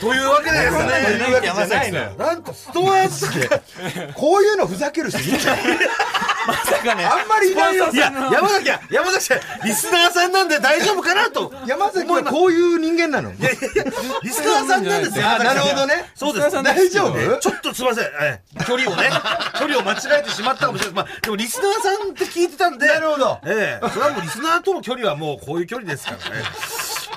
[SPEAKER 2] というわけでですね
[SPEAKER 3] 言うわけじゃないのよ。
[SPEAKER 2] なんとストアーズ
[SPEAKER 3] こういうのふざける人いるじゃん。あんまりいないよ。
[SPEAKER 2] いや、山崎は、山崎は、リスナーさんなんで大丈夫かなと。
[SPEAKER 3] 山崎はこういう人間なの。
[SPEAKER 2] いやいやリスナーさんなんですよ。
[SPEAKER 3] あ、な
[SPEAKER 2] 山崎
[SPEAKER 3] るほ
[SPEAKER 2] さ
[SPEAKER 3] ど
[SPEAKER 2] ん。
[SPEAKER 3] ね。
[SPEAKER 2] そうです。
[SPEAKER 1] リスナーさん
[SPEAKER 3] 大丈夫
[SPEAKER 2] ねちょっとすいません。ええ距離をね、 距離を間違えてしまったかもしれない。まあ、でもリスナーさんって聞いてたんで。
[SPEAKER 3] なるほど
[SPEAKER 2] ええそれはもうリスナーとの距離はもうこういう距離ですからね。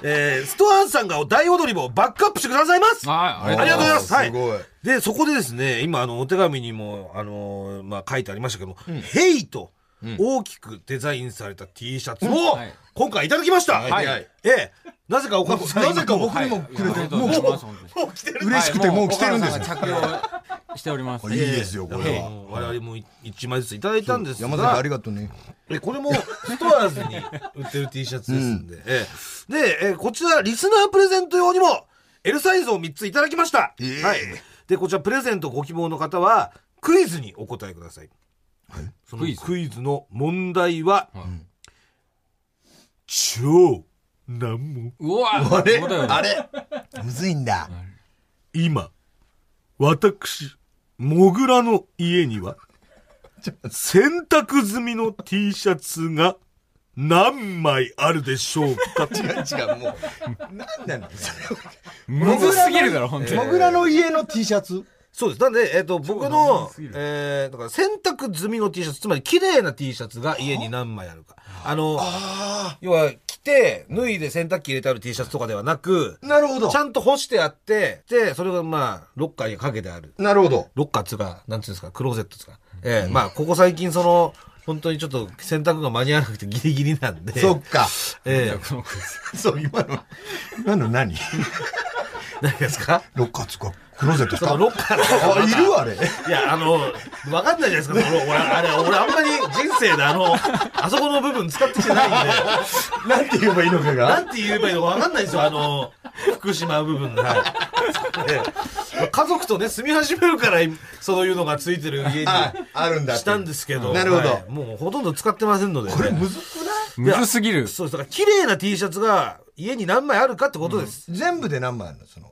[SPEAKER 2] ええストアーズさんが大踊り場をバックアップしてくださいます。
[SPEAKER 1] はい
[SPEAKER 2] ありがとうございます。は
[SPEAKER 3] すごい
[SPEAKER 2] で、そこでですね、今、あの、お手紙にも、あのーまあ、書いてありましたけども、ヘイと大きくデザインされた T シャツを、
[SPEAKER 1] はい
[SPEAKER 2] 今回いただきました。
[SPEAKER 3] はい
[SPEAKER 2] ええ。なぜか岡本さん。
[SPEAKER 3] なぜか僕にもくれ
[SPEAKER 1] あ
[SPEAKER 3] て
[SPEAKER 1] りが
[SPEAKER 3] る。
[SPEAKER 1] とう
[SPEAKER 3] も
[SPEAKER 1] ございます
[SPEAKER 3] う、
[SPEAKER 1] 本当に
[SPEAKER 2] もう来てる。
[SPEAKER 3] 嬉しくてもう着てるんです
[SPEAKER 1] はい
[SPEAKER 3] よ。
[SPEAKER 1] もう岡野さんが着用しており ます。
[SPEAKER 3] いいですよ、これ
[SPEAKER 2] あ
[SPEAKER 3] は。
[SPEAKER 2] の我々も一枚ずついただいたんですが
[SPEAKER 3] 山崎ありがとうね。
[SPEAKER 2] えこれもストアーズに売ってる T シャツですんで、ええで、えこちらリスナープレゼント用にも L サイズを3ついただきました、
[SPEAKER 3] ええ
[SPEAKER 2] はいでこちらプレゼントご希望の方はクイズにお答えくださいその
[SPEAKER 1] クイズ
[SPEAKER 2] クイズの問題は、
[SPEAKER 1] はい
[SPEAKER 2] 超難問
[SPEAKER 1] うわ
[SPEAKER 3] あれ
[SPEAKER 1] そうだよね
[SPEAKER 3] あれむずいんだ。
[SPEAKER 2] 今私モグラの家には洗濯済みの T シャツが何枚あるでしょうか
[SPEAKER 3] 違う違う、もう。なんなのそれ
[SPEAKER 1] むずすぎるだろ、本当に
[SPEAKER 3] モ。グラの家の T シャツ
[SPEAKER 2] そうです。なんで、えっ、と、僕
[SPEAKER 1] 難
[SPEAKER 2] の
[SPEAKER 1] しすぎ、る
[SPEAKER 2] えー、だから洗濯済みの T シャツ、つまり綺麗な T シャツが家に何枚あるか。あの、要は着て、脱いで洗濯機入れてある T シャツとかではなく、
[SPEAKER 3] なるほど
[SPEAKER 2] ちゃんと干してあって、で、それがまあ、ロッカーにかけてある。
[SPEAKER 3] なるほど。
[SPEAKER 2] ロッカーっつうか、なんつうんですか、クローゼットっつうか。ええまあ、ここ最近その、本当にちょっと洗濯が間に合わなくてギリギリなんで。
[SPEAKER 3] そっか。
[SPEAKER 2] ええ
[SPEAKER 3] そう、今の。今の何
[SPEAKER 2] 何ですか
[SPEAKER 3] ロッカーつうか、クローゼットです
[SPEAKER 2] そ
[SPEAKER 3] か
[SPEAKER 2] のロッカーの
[SPEAKER 3] あ、いるあれ。
[SPEAKER 2] いや、あの、わかんないじゃないですか、その俺、あれ、俺、あんまり人生であの、あそこの部分使ってきてないん で、
[SPEAKER 3] なんて言えばいいのか
[SPEAKER 2] な
[SPEAKER 3] が。
[SPEAKER 2] んて言えばいいのかわかんないんですよ、あの、福島部分が。はいで家族とね、住み始めるから、そういうのがついてる家
[SPEAKER 3] あ
[SPEAKER 2] に、
[SPEAKER 3] あるんだって。
[SPEAKER 2] したんですけど、
[SPEAKER 3] なるほど
[SPEAKER 2] はいもうほとんど使ってませんので、
[SPEAKER 3] これむずくない
[SPEAKER 1] むずすぎる。
[SPEAKER 2] そうです、だから綺麗な T シャツが家に何枚あるかってことです。
[SPEAKER 3] 全部で何枚あるのその。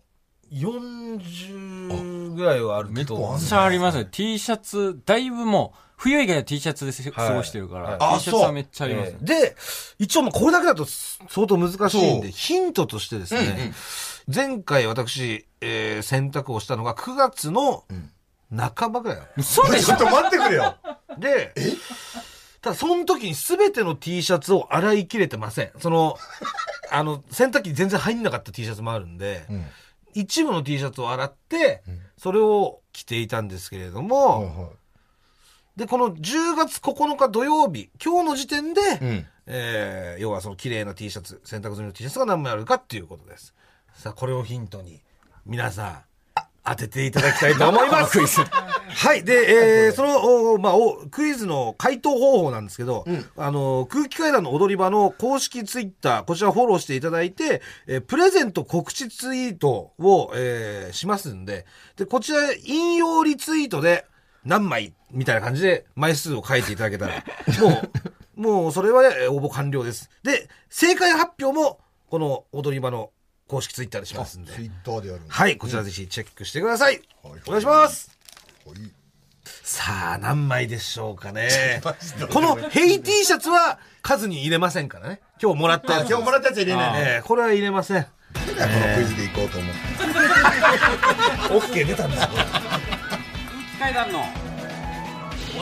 [SPEAKER 2] 40ぐらいはあるけど
[SPEAKER 1] めっちゃありますね。T シャツ、だいぶもう、冬以外は T シャツでせ過ごしてるから、
[SPEAKER 3] はい
[SPEAKER 1] T シャツはめっちゃありますね
[SPEAKER 2] え。ーで、一応もうこれだけだと相当難しいん
[SPEAKER 3] そう
[SPEAKER 2] で、ヒントとしてですね、前回私、えー選択をしたのが9月の半ばぐらいだ
[SPEAKER 1] そうでし
[SPEAKER 3] ちょ
[SPEAKER 1] ょ
[SPEAKER 3] っと待ってくれ よ。
[SPEAKER 2] で、ただその時に全ての T シャツを洗い切れてません。その、あの、洗濯機に全然入んなかった T シャツもあるんで、一部の T シャツを洗って、それを着ていたんですけれども、で、この10月9日土曜日、今日の時点で、
[SPEAKER 3] ん
[SPEAKER 2] えー要はその綺麗な T シャツ、洗濯済みの T シャツが何枚あるかっていうことです。さあ、これをヒントに、皆さん、当てていただきたいと思います。 はい。で、えーその、おまあお、クイズの回答方法なんですけど、あの、空気階段の踊り場の公式ツイッター、こちらフォローしていただいて、えープレゼント告知ツイートを、えーしますんで、で、こちら、引用リツイートで、何枚みたいな感じで枚数を書いていただけたら、もう、もうそれはえー応募完了です。で、正解発表も、この踊り場の公式ツイッターでしますんで
[SPEAKER 3] ツ。イッターでやるんだ。
[SPEAKER 2] はい、こちらぜひチェックしてください。
[SPEAKER 3] はい
[SPEAKER 2] お願いします。
[SPEAKER 3] はい
[SPEAKER 2] さあ、何枚でしょうかね
[SPEAKER 3] マジで。
[SPEAKER 2] このヘイ T シャツは 数に入れませんからね。今日もらったや
[SPEAKER 3] あ
[SPEAKER 2] つ。
[SPEAKER 3] 今日もらったやつ入れないね。
[SPEAKER 2] えーこれは入れません。
[SPEAKER 3] このクイズでいこうと思って。
[SPEAKER 2] OK 出たんですよ。
[SPEAKER 1] 階段の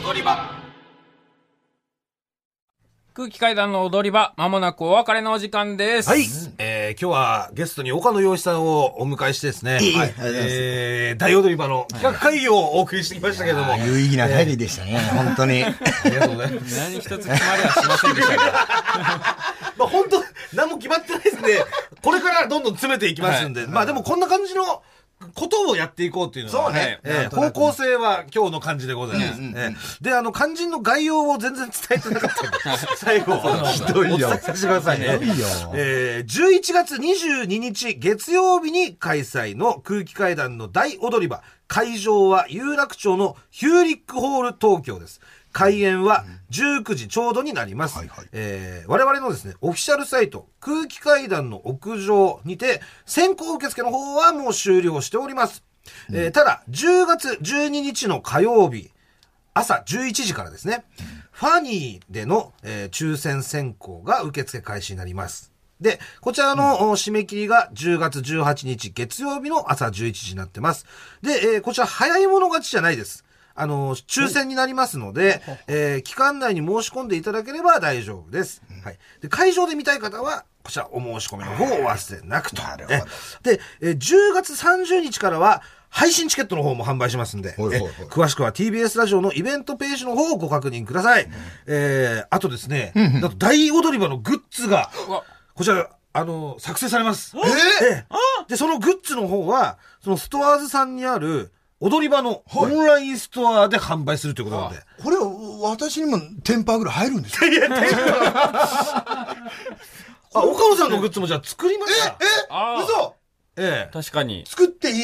[SPEAKER 1] 踊り場空気階段の踊り場まもなくお別れのお時間です
[SPEAKER 2] はい、えー今日はゲストに岡野陽一さんをお迎えしてですね、
[SPEAKER 3] いえいえ
[SPEAKER 2] はい
[SPEAKER 3] ありがとうございます
[SPEAKER 2] えー大踊り場の企画会議をお送りしてきましたけれども、あ
[SPEAKER 3] 有意義な会議でしたね、本当に。
[SPEAKER 2] りがとうございます。
[SPEAKER 1] 何一つ決まりは しませんでしたけど
[SPEAKER 2] まあ本当、何も決まってないんで、これからどんどん詰めていきますんで、まあでもこんな感じのことをやっていこうっていうのは、
[SPEAKER 3] そうね
[SPEAKER 2] ええ
[SPEAKER 3] なんとな
[SPEAKER 2] 方
[SPEAKER 3] く
[SPEAKER 2] 向性は今日の感じでございます。ええで、あの、肝心の概要を全然伝えてなかったんで、 最後、あの
[SPEAKER 3] どいよ
[SPEAKER 2] お伝えさせてくださいね。
[SPEAKER 3] ひどいよ
[SPEAKER 2] えー11月22日月曜日に開催の空気階段の大踊り場。会場は有楽町のヒューリックホール東京です。開演は19時ちょうどになります。
[SPEAKER 3] はいはい
[SPEAKER 2] えー我々のですね、オフィシャルサイト、空気階段の屋上にて、先行受付の方はもう終了しております。えーただ、10月12日の火曜日、朝11時からですね、ファニーでの、えー抽選選考が受付開始になります。で、こちらの、お締め切りが10月18日月曜日の朝11時になってます。で、えーこちら早い者勝ちじゃないです。あの、抽選になりますので、えー期間内に申し込んでいただければ大丈夫です。はい。で、会場で見たい方は、こちらお申し込みの方をお忘れなくと。なるほど。で、えー10月30日からは、配信チケットの方も販売しますんで、
[SPEAKER 3] はいはいはい
[SPEAKER 2] え詳しくは TBS ラジオのイベントページの方をご確認ください。えー、あとですね、なんと大踊り場のグッズが、
[SPEAKER 1] わ
[SPEAKER 2] こちら、あの、作成されます。え
[SPEAKER 3] え
[SPEAKER 2] えで、そのグッズの方は、そのストアーズさんにある、踊り場のオンラインストアで販売するということなんで。
[SPEAKER 3] これ、私にもテンパーぐらい入るんですか
[SPEAKER 2] あ、岡野さんのグッズもじゃあ作りました。
[SPEAKER 1] あー
[SPEAKER 3] 嘘
[SPEAKER 2] ええ
[SPEAKER 1] 確かに
[SPEAKER 3] 作っていい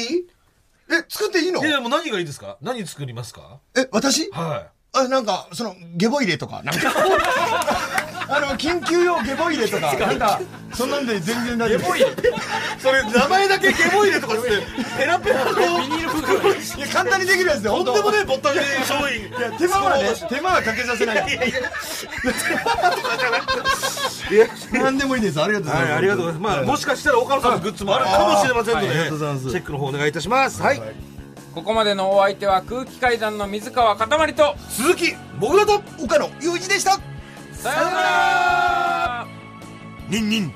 [SPEAKER 3] え、作っていいの
[SPEAKER 2] いやいや、もう何がいいですか何作りますか
[SPEAKER 3] え、私
[SPEAKER 2] は
[SPEAKER 3] あ、なんか、その、ゲボ入れとか、なんか。 あの、緊急用ゲボ入れとか、なんか、そんなんで全然大丈夫。ゲボ入れ
[SPEAKER 2] い。それ、名前だけゲボ入れとかして、 ペラペラのビニール袋にし
[SPEAKER 3] いや、簡単にできるやつで、ほんと。い
[SPEAKER 2] え、ボタンで商品。
[SPEAKER 3] や、手間はね、手間はかけさせない。なんでもいいです。ありがとうございま
[SPEAKER 2] はい、
[SPEAKER 3] す。
[SPEAKER 2] ありがとうございます。まあ、もしかしたら岡野さんのグッズもあるかもしれませんので、
[SPEAKER 3] あーはいありがとうございます
[SPEAKER 2] チェックの方お願いいたします。はい。
[SPEAKER 1] ここまでのお相手は空気階段の水川かたまりと
[SPEAKER 2] 鈴木、もぐらと、
[SPEAKER 3] 岡野雄一でした。
[SPEAKER 1] さようなら
[SPEAKER 2] ニンニン、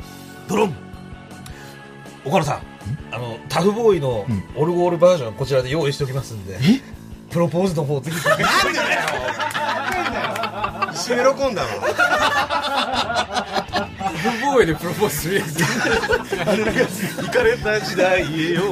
[SPEAKER 2] ドロン。岡野さん、あの、タフボーイのオルゴールバージョン、こちらで用意しておきますんで、プロポーズの方、ぜひ。
[SPEAKER 3] 一緒に喜んだわ。
[SPEAKER 1] ブボーイでプロポーズするやつ。
[SPEAKER 2] 行かれた時代へよ